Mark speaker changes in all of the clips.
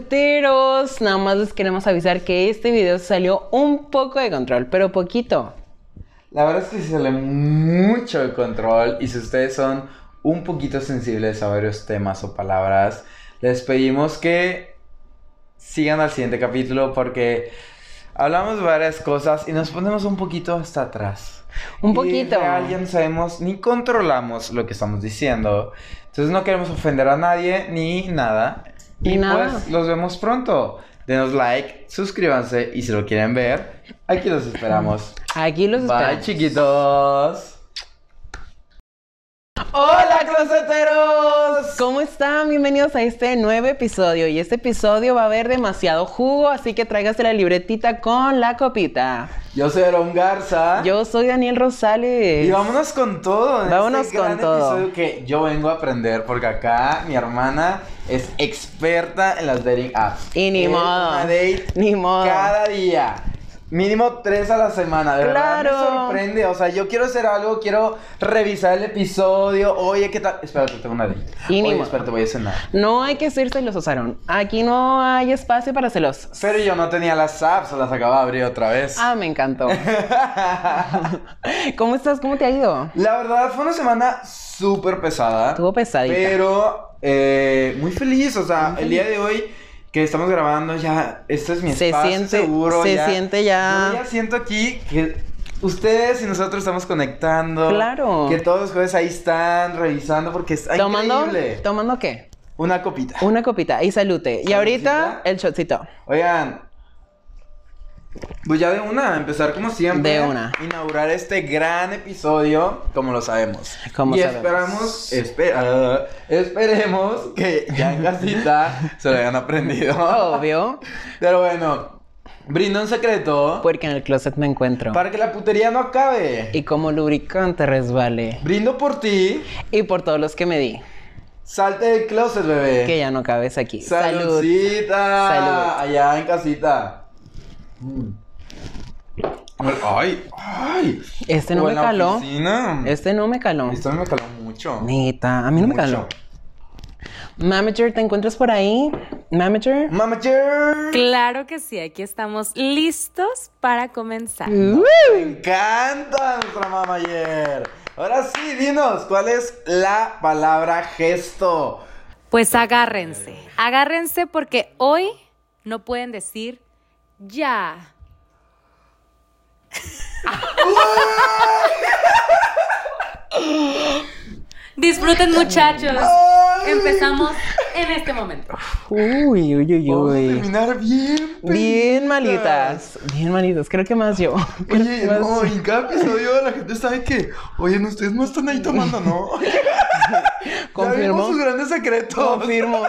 Speaker 1: Closeteros, nada más les queremos avisar que este video salió un poco de control, pero poquito.
Speaker 2: La verdad es que se sale mucho de control y si ustedes son un poquito sensibles a varios temas o palabras, les pedimos que sigan al siguiente capítulo porque hablamos varias cosas y nos ponemos un poquito hasta atrás.
Speaker 1: Un
Speaker 2: Y
Speaker 1: poquito.
Speaker 2: real, ya no sabemos ni controlamos lo que estamos diciendo. Entonces no queremos ofender a nadie ni nada.
Speaker 1: Ni
Speaker 2: Y
Speaker 1: nada.
Speaker 2: pues los vemos pronto. Denos like, suscríbanse y si lo quieren ver, aquí los esperamos.
Speaker 1: Aquí los
Speaker 2: Bye,
Speaker 1: esperamos.
Speaker 2: chiquitos. ¡Hola, closeteros!
Speaker 1: ¿Cómo están? Bienvenidos a este nuevo episodio. Y este episodio va a haber demasiado jugo, así que tráigase la libretita con la copita.
Speaker 2: Yo soy Aaron Garza.
Speaker 1: Yo soy Daniel Rosales.
Speaker 2: Ah. Y vámonos con todo. en
Speaker 1: Vámonos
Speaker 2: este
Speaker 1: con
Speaker 2: gran
Speaker 1: todo.
Speaker 2: episodio que yo vengo a aprender porque acá mi hermana es experta en las dating apps.
Speaker 1: Y ni
Speaker 2: Es
Speaker 1: modo.
Speaker 2: Una date
Speaker 1: Ni modo.
Speaker 2: cada día. Mínimo tres a la semana, de verdad.
Speaker 1: Claro.
Speaker 2: Me sorprende. O sea, yo quiero hacer algo, quiero revisar el episodio. Oye, ¿qué tal? Espérate, tengo una date.
Speaker 1: Y ni
Speaker 2: Oye,
Speaker 1: modo.
Speaker 2: espérate, voy a cenar.
Speaker 1: No hay que ser celosos, Aaron. Aquí no hay espacio para celosos.
Speaker 2: Pero yo no tenía las apps, las acababa de abrir otra vez.
Speaker 1: Ah, me encantó. ¿Cómo estás? ¿Cómo te ha ido?
Speaker 2: La verdad, fue una semana súper pesada.
Speaker 1: Estuvo pesadita.
Speaker 2: Pero eh, muy feliz, o sea,
Speaker 1: Muy
Speaker 2: el día de hoy que estamos grabando ya, este es mi
Speaker 1: Se
Speaker 2: espacio
Speaker 1: siente-
Speaker 2: seguro.
Speaker 1: se siente ya-
Speaker 2: Yo ya siento aquí que ustedes y nosotros estamos conectando.
Speaker 1: Claro.
Speaker 2: Que todos los jueves ahí están revisando porque es
Speaker 1: ¿Tomando?
Speaker 2: increíble.
Speaker 1: ¿Tomando qué?
Speaker 2: Una copita.
Speaker 1: Una copita y salute. Y ahorita
Speaker 2: ¿Saludcita?
Speaker 1: el shotcito.
Speaker 2: Oigan, pues ya de una, empezar como siempre.
Speaker 1: De una.
Speaker 2: Inaugurar este gran episodio, como lo sabemos.
Speaker 1: Como
Speaker 2: y
Speaker 1: sabemos.
Speaker 2: esperamos, espera, esperemos que ya en casita se lo hayan aprendido.
Speaker 1: Obvio,
Speaker 2: Pero bueno, brindo un secreto
Speaker 1: porque en el closet me encuentro.
Speaker 2: para que la putería no acabe.
Speaker 1: Y como lubricante resbale.
Speaker 2: Brindo por ti,
Speaker 1: Y por todos los que me di,
Speaker 2: salte del closet, bebé.
Speaker 1: que ya no cabes aquí. Salud.
Speaker 2: Saludcita.
Speaker 1: Salud.
Speaker 2: Allá en casita. Mm. Ay, ay.
Speaker 1: Este no
Speaker 2: O
Speaker 1: me
Speaker 2: en la
Speaker 1: caló.
Speaker 2: oficina.
Speaker 1: Este no me caló.
Speaker 2: Esto a mí me caló mucho.
Speaker 1: Neta, a mí no me caló. Mamager, ¿te encuentras por ahí? Mamager.
Speaker 2: Mama Jer.
Speaker 3: Claro que sí, aquí estamos listos para comenzar.
Speaker 1: Uh,
Speaker 2: Me encanta nuestra Mama Jer. Ahora sí, dinos, ¿cuál es la palabra gesto?
Speaker 3: Pues agárrense, agárrense porque hoy no pueden decir ya. Disfruten muchachos, empezamos en este momento.
Speaker 1: Uy, uy, uy,
Speaker 2: Vamos a
Speaker 1: uy.
Speaker 2: terminar bien.
Speaker 1: Bien
Speaker 2: pelitas.
Speaker 1: malitas. Bien malitas. Creo que más yo. Creo
Speaker 2: Oye,
Speaker 1: que más
Speaker 2: no,
Speaker 1: yo.
Speaker 2: en cada episodio la gente sabe que, oye, no, ustedes no están ahí tomando, ¿no? Ya vimos
Speaker 1: Confirmo.
Speaker 2: sus grandes secretos.
Speaker 1: Confirmo.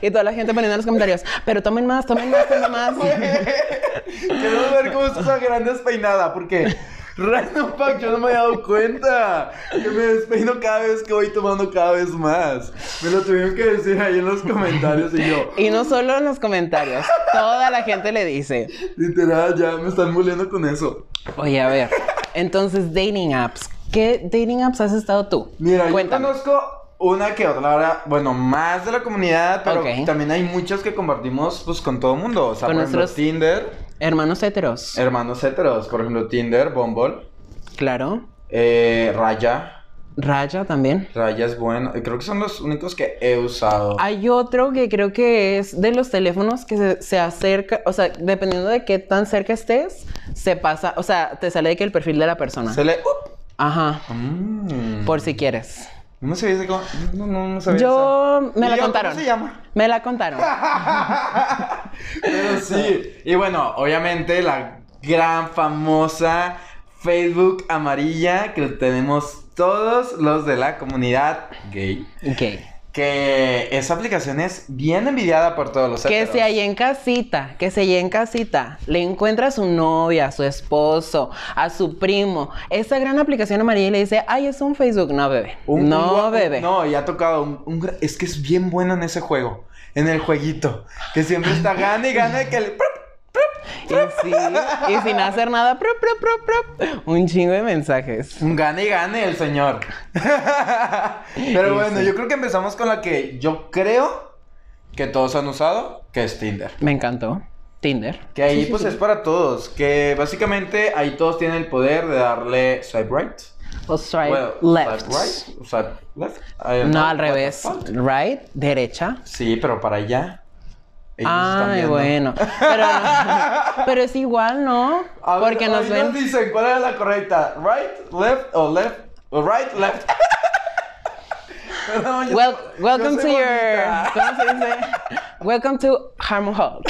Speaker 1: Y toda la gente poniendo en los comentarios. Pero tomen más, tomen más, tomen más.
Speaker 2: Queremos ver cómo está esa gran despeinada, porque Random Pack, yo no me había dado cuenta que me despeino cada vez que voy tomando cada vez más. Me lo tuvieron que decir ahí en los comentarios y yo,
Speaker 1: Y no solo en los comentarios. Toda la gente le dice.
Speaker 2: literal, ya me están bulleando con eso.
Speaker 1: Oye, a ver. Entonces, dating apps. ¿Qué dating apps has estado tú?
Speaker 2: Mira,
Speaker 1: Cuéntame.
Speaker 2: yo conozco una que otra, la verdad, bueno, más de la comunidad, pero
Speaker 1: Ok.
Speaker 2: también hay muchos que compartimos pues con todo el mundo. O sea,
Speaker 1: Con
Speaker 2: por ejemplo,
Speaker 1: nuestros-
Speaker 2: Tinder,
Speaker 1: Hermanos heteros.
Speaker 2: hermanos heteros, por ejemplo, Tinder, Bumble,
Speaker 1: claro.
Speaker 2: eh, Raya.
Speaker 1: Raya también.
Speaker 2: Raya es bueno. Creo que son los únicos que he usado.
Speaker 1: Hay otro que creo que es de los teléfonos que se, se acerca, o sea, dependiendo de qué tan cerca estés, se pasa, o sea, te sale de que el perfil de la persona.
Speaker 2: Se le.
Speaker 1: Ajá,
Speaker 2: Mm.
Speaker 1: por si quieres.
Speaker 2: No sabía ese cómo. No, no, no sabía
Speaker 1: Yo me la
Speaker 2: ¿Y yo
Speaker 1: contaron.
Speaker 2: ¿Cómo se llama?
Speaker 1: Me la contaron.
Speaker 2: Pero sí. Y bueno, obviamente la gran famosa Facebook amarilla que tenemos todos los de la comunidad gay.
Speaker 1: Ok.
Speaker 2: Que esa aplicación es bien envidiada por todos los
Speaker 1: Que
Speaker 2: heteros.
Speaker 1: se allá en casita, que se allá en casita, le encuentra a su novia, a su esposo, a su primo, esa gran aplicación amarilla y le dice, ay, es un Facebook, no, bebé,
Speaker 2: Un- un
Speaker 1: no,
Speaker 2: guapo-
Speaker 1: bebé.
Speaker 2: No, ya ha tocado un, un gra- Es que es bien bueno en ese juego. En el jueguito. Que siempre está gana y gana y que el.
Speaker 1: Y, sí, y sin hacer nada, prop, prop, prop, prop, un chingo de mensajes.
Speaker 2: Un gane y gane el señor. Pero
Speaker 1: Y
Speaker 2: bueno,
Speaker 1: sí.
Speaker 2: yo creo que empezamos con la que yo creo que todos han usado, que es Tinder.
Speaker 1: Me encantó. Tinder.
Speaker 2: Que ahí pues es para todos, que básicamente ahí todos tienen el poder de darle swipe right.
Speaker 1: O swipe
Speaker 2: Well,
Speaker 1: left.
Speaker 2: Swipe right, swipe left. I don't
Speaker 1: No,
Speaker 2: know
Speaker 1: al
Speaker 2: what the
Speaker 1: revés.
Speaker 2: fuck.
Speaker 1: Right, derecha.
Speaker 2: Sí, pero para allá. Ellos están
Speaker 1: Ay,
Speaker 2: viendo.
Speaker 1: bueno. Pero, no- pero es igual, ¿no?
Speaker 2: A ver,
Speaker 1: Porque nos
Speaker 2: ahí
Speaker 1: ven.
Speaker 2: dicen cuál era la correcta. Right, left o left. O right, left. Perdón, yo-
Speaker 1: Wel-
Speaker 2: yo
Speaker 1: welcome to
Speaker 2: soy
Speaker 1: your.
Speaker 2: bonita.
Speaker 1: ¿Cómo se dice? Welcome to Harmon Hall.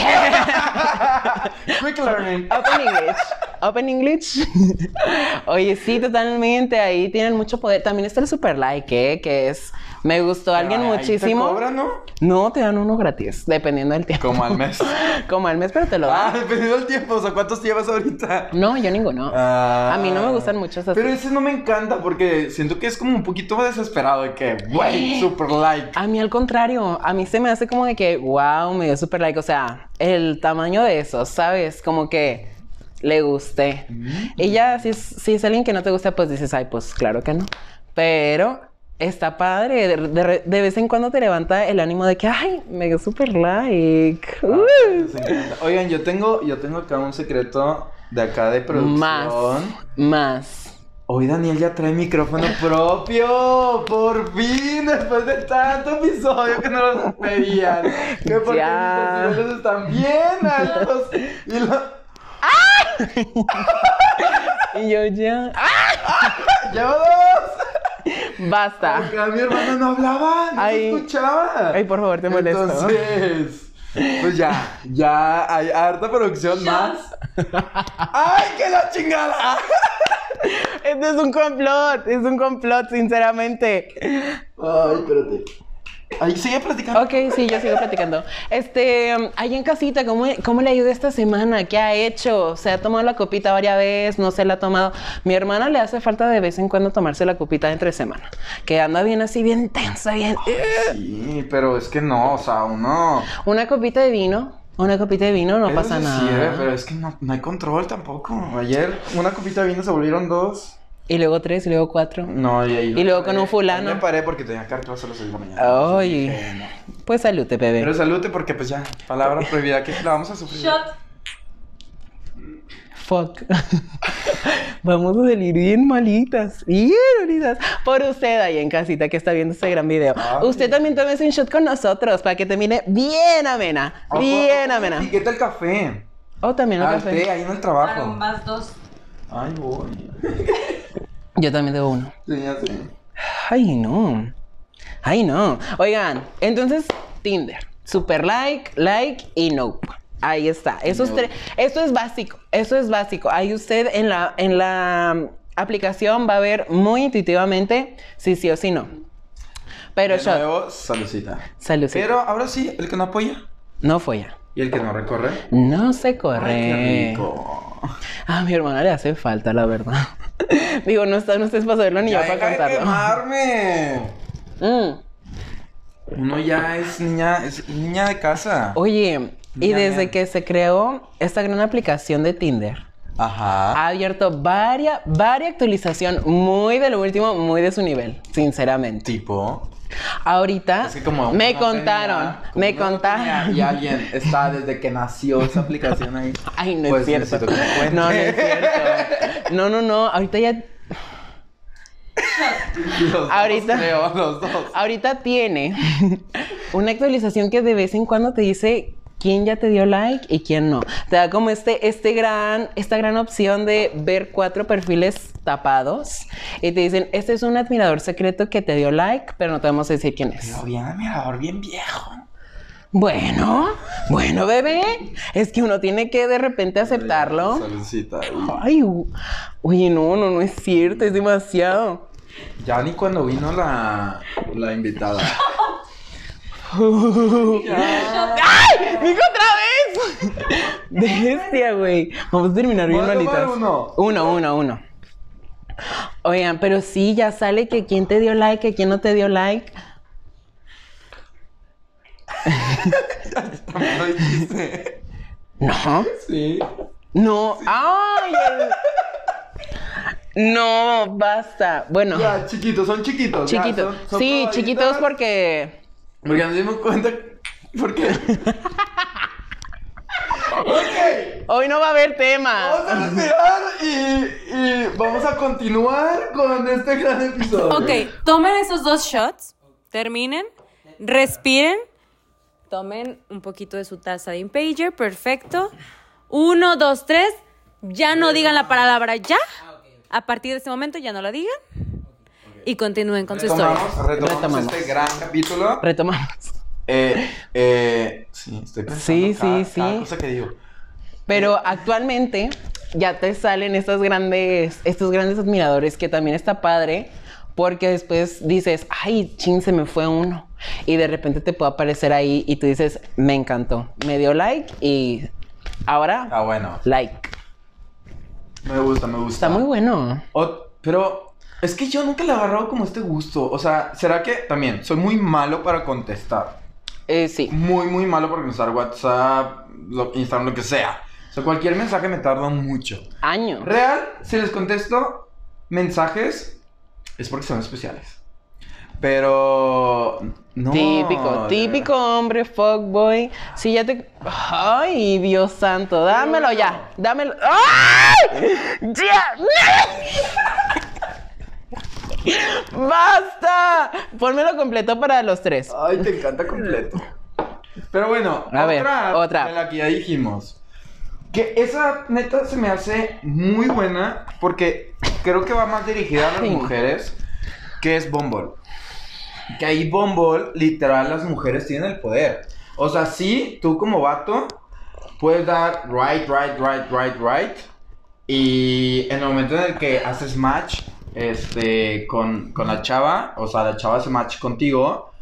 Speaker 2: Quick learning.
Speaker 1: Open English. Open English. Oye, sí, totalmente. Ahí tienen mucho poder. También está el super like, ¿eh? Que es. Me gustó alguien
Speaker 2: Ahí
Speaker 1: muchísimo.
Speaker 2: Te cobran, ¿no?
Speaker 1: No, te dan uno gratis, dependiendo del tiempo.
Speaker 2: Como al mes.
Speaker 1: Como al mes, pero te lo
Speaker 2: Ah,
Speaker 1: dan.
Speaker 2: dependiendo del tiempo, o sea, ¿cuántos llevas ahorita?
Speaker 1: No, yo ninguno.
Speaker 2: Ah.
Speaker 1: a mí no me gustan mucho esas.
Speaker 2: Pero ese no me encanta porque siento que es como un poquito más desesperado de que, güey, super like.
Speaker 1: A mí al contrario, a mí se me hace como de que, wow, me dio super like. O sea, el tamaño de eso, ¿sabes? Como que le gusté.
Speaker 2: Mm.
Speaker 1: Y ya, si es, si es alguien que no te gusta, pues dices, ay, pues claro que no. Pero está padre. De, de- de vez en cuando te levanta el ánimo de que, ay, me dio super like.
Speaker 2: Ah,
Speaker 1: Uh.
Speaker 2: les encanta. Oigan, yo tengo, yo tengo acá un secreto de acá de producción.
Speaker 1: Uh, Más, más.
Speaker 2: Hoy Daniel ya trae micrófono propio. Por fin, después de tanto episodio que no los pedían. Que porque
Speaker 1: Ya.
Speaker 2: mis decibeles están bien altos. Y lo-
Speaker 1: Y yo ya. ¡Ah!
Speaker 2: ¡Ya va dos!
Speaker 1: Basta.
Speaker 2: Porque a mi hermana no hablaba, no
Speaker 1: Ay.
Speaker 2: se escuchaba.
Speaker 1: Ay, por favor, te molesto.
Speaker 2: Entonces, pues ya, ya hay harta producción más. ¡Ay, qué la chingada!
Speaker 1: Este es un complot, es un complot, sinceramente.
Speaker 2: Ay, espérate. Ay, sigue platicando.
Speaker 1: Ok, sí, yo sigo platicando. Este, um, ahí en casita, ¿cómo, ¿cómo le ha ido esta semana? ¿Qué ha hecho? ¿Se ha tomado la copita varias veces? ¿No se la ha tomado? Mi hermana le hace falta de vez en cuando tomarse la copita entre semana. Que anda bien así, bien tensa, bien...
Speaker 2: Sí, pero es que no, o sea, uno.
Speaker 1: Una copita de vino, una copita de vino, no
Speaker 2: Eso
Speaker 1: pasa
Speaker 2: sí
Speaker 1: nada.
Speaker 2: sirve, pero es que no, no hay control tampoco. Ayer una copita de vino se volvieron dos.
Speaker 1: Y luego tres, y luego cuatro.
Speaker 2: No, y ahí.
Speaker 1: Y luego con un
Speaker 2: Ahí
Speaker 1: fulano.
Speaker 2: Me paré porque tenía que dar clase a las seis de la mañana. Entonces
Speaker 1: Ay,
Speaker 2: dije, no.
Speaker 1: pues salute, bebé.
Speaker 2: Pero salute porque, pues ya, palabra prohibida que la vamos a sufrir.
Speaker 3: Shot.
Speaker 1: Fuck. Vamos a salir bien malitas, bien malitas. Por usted ahí en casita que está viendo este gran video.
Speaker 2: Ay.
Speaker 1: Usted también tómese un shot con nosotros para que termine bien amena.
Speaker 2: Ojo,
Speaker 1: Bien
Speaker 2: ojo,
Speaker 1: amena.
Speaker 2: Etiqueta el café.
Speaker 1: Oh, también un
Speaker 2: Ah, el
Speaker 1: café.
Speaker 2: té, ahí en el trabajo.
Speaker 3: Más dos.
Speaker 2: Ay, voy.
Speaker 1: Yo también debo uno.
Speaker 2: Sí, ya sé.
Speaker 1: Ay, no. Ay, no. Oigan, entonces, Tinder. Super like, like y no. Ahí está. Esos
Speaker 2: Nope.
Speaker 1: tres. Esto es básico. Eso es básico. Ahí usted en la, en la mm, aplicación va a ver muy intuitivamente si sí o si no. Pero
Speaker 2: De
Speaker 1: yo.
Speaker 2: nuevo, salucita.
Speaker 1: Salud.
Speaker 2: Pero ahora sí, el que no apoya
Speaker 1: No folla.
Speaker 2: y el que no recorre.
Speaker 1: No se
Speaker 2: Ay, qué
Speaker 1: corre.
Speaker 2: rico.
Speaker 1: A mi hermana le hace falta, la verdad. Digo, no están ustedes para saberlo ni yo para
Speaker 2: deja de
Speaker 1: contarlo.
Speaker 2: quemarme.
Speaker 1: Mm.
Speaker 2: Uno ya es niña, es niña de casa.
Speaker 1: Oye, y
Speaker 2: Ya,
Speaker 1: desde
Speaker 2: ya.
Speaker 1: que se creó esta gran aplicación de Tinder,
Speaker 2: Ajá.
Speaker 1: ha abierto varias, varias actualización muy de lo último, muy de su nivel, sinceramente.
Speaker 2: Tipo.
Speaker 1: Ahorita
Speaker 2: Es que como
Speaker 1: me
Speaker 2: uno
Speaker 1: contaron,
Speaker 2: tenía- como
Speaker 1: me
Speaker 2: uno no
Speaker 1: contaron.
Speaker 2: tenía Y alguien está desde que nació esa aplicación ahí.
Speaker 1: Ay, no
Speaker 2: Pues
Speaker 1: es
Speaker 2: necesito
Speaker 1: cierto.
Speaker 2: que me cuente.
Speaker 1: No, no es cierto. No, no, no. Ahorita ya,
Speaker 2: Los dos,
Speaker 1: Ahorita.
Speaker 2: creo, los dos.
Speaker 1: ahorita tiene una actualización que de vez en cuando te dice quién ya te dio like y quién no. Te da como este, este gran, esta gran opción de ver cuatro perfiles tapados y te dicen, este es un admirador secreto que te dio like, pero no te vamos a decir quién es.
Speaker 2: Pero bien admirador, bien viejo.
Speaker 1: Bueno, bueno, bebé. Es que uno tiene que de repente aceptarlo.
Speaker 2: Saludcita.
Speaker 1: Ay, u- oye, no, no, no es cierto, es demasiado.
Speaker 2: Ya ni cuando vino la, la invitada.
Speaker 1: ¡Ay! ¡Digo otra vez! Bestia, güey. Vamos a terminar bien
Speaker 2: Voy a tomar
Speaker 1: malitas.
Speaker 2: uno.
Speaker 1: uno, uno, uno. Oigan, pero sí, ya sale que quién te dio like, que quién no te dio like.
Speaker 2: También lo dijiste.
Speaker 1: No,
Speaker 2: Sí.
Speaker 1: no. ¡Ay! el- No, basta. Bueno,
Speaker 2: Ya, chiquitos, son chiquitos. ya,
Speaker 1: chiquitos.
Speaker 2: son- son
Speaker 1: sí,
Speaker 2: probaditas.
Speaker 1: chiquitos porque.
Speaker 2: Porque nos dimos cuenta ¿Por qué? ok.
Speaker 1: Hoy no va a haber tema.
Speaker 2: Vamos a respirar y, y vamos a continuar con este gran episodio.
Speaker 3: Ok, tomen esos dos shots, terminen, respiren, tomen un poquito de su taza de Impager, perfecto. Uno, dos, tres, ya no digan la palabra ya. A partir de este momento ya no la digan y continúen con su historia.
Speaker 2: Retomamos, retomamos
Speaker 1: Retomamos.
Speaker 2: este gran capítulo.
Speaker 1: Retomamos.
Speaker 2: Eh, eh, sí, estoy pensando
Speaker 1: Sí,
Speaker 2: cada-
Speaker 1: sí,
Speaker 2: cada
Speaker 1: sí.
Speaker 2: cosa que digo.
Speaker 1: Pero actualmente ya te salen estas grandes, estos grandes admiradores que también está padre porque después dices, ay, ching, se me fue uno. Y de repente te puede aparecer ahí y tú dices, me encantó, me dio like y ahora
Speaker 2: Ah, bueno.
Speaker 1: like.
Speaker 2: Me gusta, me gusta.
Speaker 1: Está muy bueno.
Speaker 2: O- pero es que yo nunca le he agarrado como este gusto. O sea, ¿será que también soy muy malo para contestar?
Speaker 1: Eh, sí.
Speaker 2: Muy, muy malo para contestar WhatsApp, lo- Instagram, lo que sea. O sea, cualquier mensaje me tarda mucho.
Speaker 1: Año.
Speaker 2: Real, si les contesto mensajes, es porque son especiales. Pero... No,
Speaker 1: típico,
Speaker 2: de
Speaker 1: típico hombre, fuckboy. Si ya te. Ay, Dios santo, dámelo ya. Dámelo. ¡Ay! ¡Ya! ¡Basta! Pónmelo completo para los tres.
Speaker 2: Ay, te encanta completo. Pero bueno,
Speaker 1: A ver,
Speaker 2: otra, app
Speaker 1: otra.
Speaker 2: de la que ya dijimos. Que esa app, neta se me hace muy buena porque creo que va más dirigida a las
Speaker 1: Ay.
Speaker 2: mujeres, que es Bumble. Que ahí Bumble, literal, las mujeres tienen el poder. O sea, sí, tú como vato puedes dar right, right, right, right, right. Y en el momento en el que haces match este, con, con la chava, o sea, la chava hace match contigo,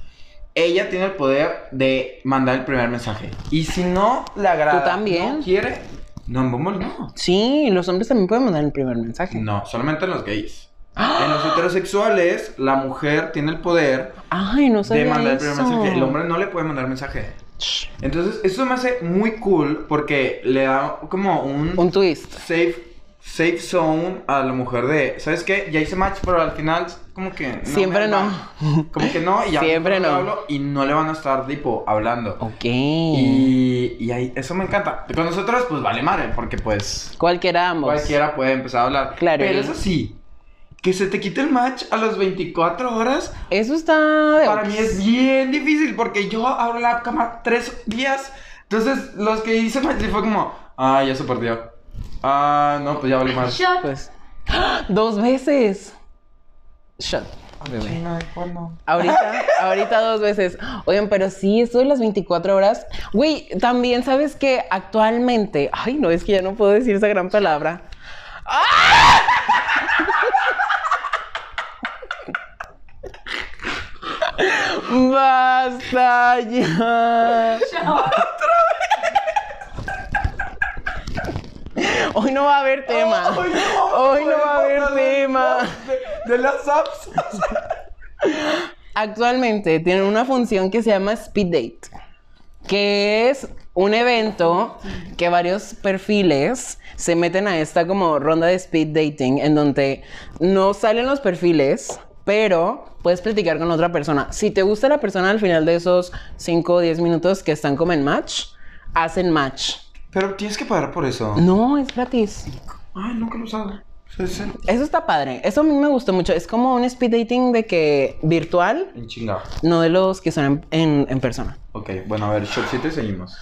Speaker 2: ella tiene el poder de mandar el primer mensaje. Y si no le agrada,
Speaker 1: ¿Tú también?
Speaker 2: no quiere, no, en Bumble no.
Speaker 1: Sí, los hombres también pueden mandar el primer mensaje.
Speaker 2: No, solamente en los gays. En
Speaker 1: ¡Ah!
Speaker 2: los heterosexuales, la mujer tiene el poder
Speaker 1: Ay, no
Speaker 2: de
Speaker 1: sabía
Speaker 2: mandar el primer
Speaker 1: eso.
Speaker 2: mensaje. El hombre no le puede mandar mensaje.
Speaker 1: Shh,
Speaker 2: Entonces, eso me hace muy cool porque le da como
Speaker 1: Un twist.
Speaker 2: safe, safe zone a la mujer de, ¿sabes qué? Ya hice match, pero al final como que... no
Speaker 1: Siempre
Speaker 2: me va. Como que no, y ya
Speaker 1: Siempre
Speaker 2: mejor le
Speaker 1: no.
Speaker 2: hablo y no le van a estar tipo hablando.
Speaker 1: Ok.
Speaker 2: Y, y ahí, eso me encanta. Con nosotros pues vale madre, porque pues
Speaker 1: Cualquiera ambos.
Speaker 2: cualquiera puede empezar a hablar.
Speaker 1: Claro.
Speaker 2: Pero eso sí, que se te quite el match a las 24 horas,
Speaker 1: Eso está. de-
Speaker 2: para mí es
Speaker 1: pues.
Speaker 2: bien difícil, porque yo abro la cama tres días. Entonces, los que hice match fue como, ah, ya se perdió. Ah, no, pues ya vale madre.
Speaker 1: Pues. ¡Ah! Dos veces. Shot. Bebé. Ahorita, ahorita dos veces. Oigan, pero sí, esto de las 24 horas. Güey, también sabes que actualmente. Ay, no, es que ya no puedo decir esa gran palabra. ¡Ah! Basta ya. Hoy no va a haber tema.
Speaker 2: Hoy no,
Speaker 1: Hoy no va a haber
Speaker 2: no,
Speaker 1: tema.
Speaker 2: De, de las apps.
Speaker 1: Actualmente tienen una función que se llama Speed Date, que es un evento que varios perfiles se meten a esta como ronda de speed dating en donde no salen los perfiles, pero puedes platicar con otra persona. Si te gusta la persona al final de esos 5 o 10 minutos que están como en match, hacen match.
Speaker 2: Pero tienes que pagar por eso.
Speaker 1: No, es gratis.
Speaker 2: Ay, nunca lo he usado. Sí, sí.
Speaker 1: Eso está padre. Eso a mí me gustó mucho. Es como un speed dating de que virtual,
Speaker 2: En chingado.
Speaker 1: no de los que son en- en- en persona.
Speaker 2: Ok, bueno, a ver, shotcito y seguimos.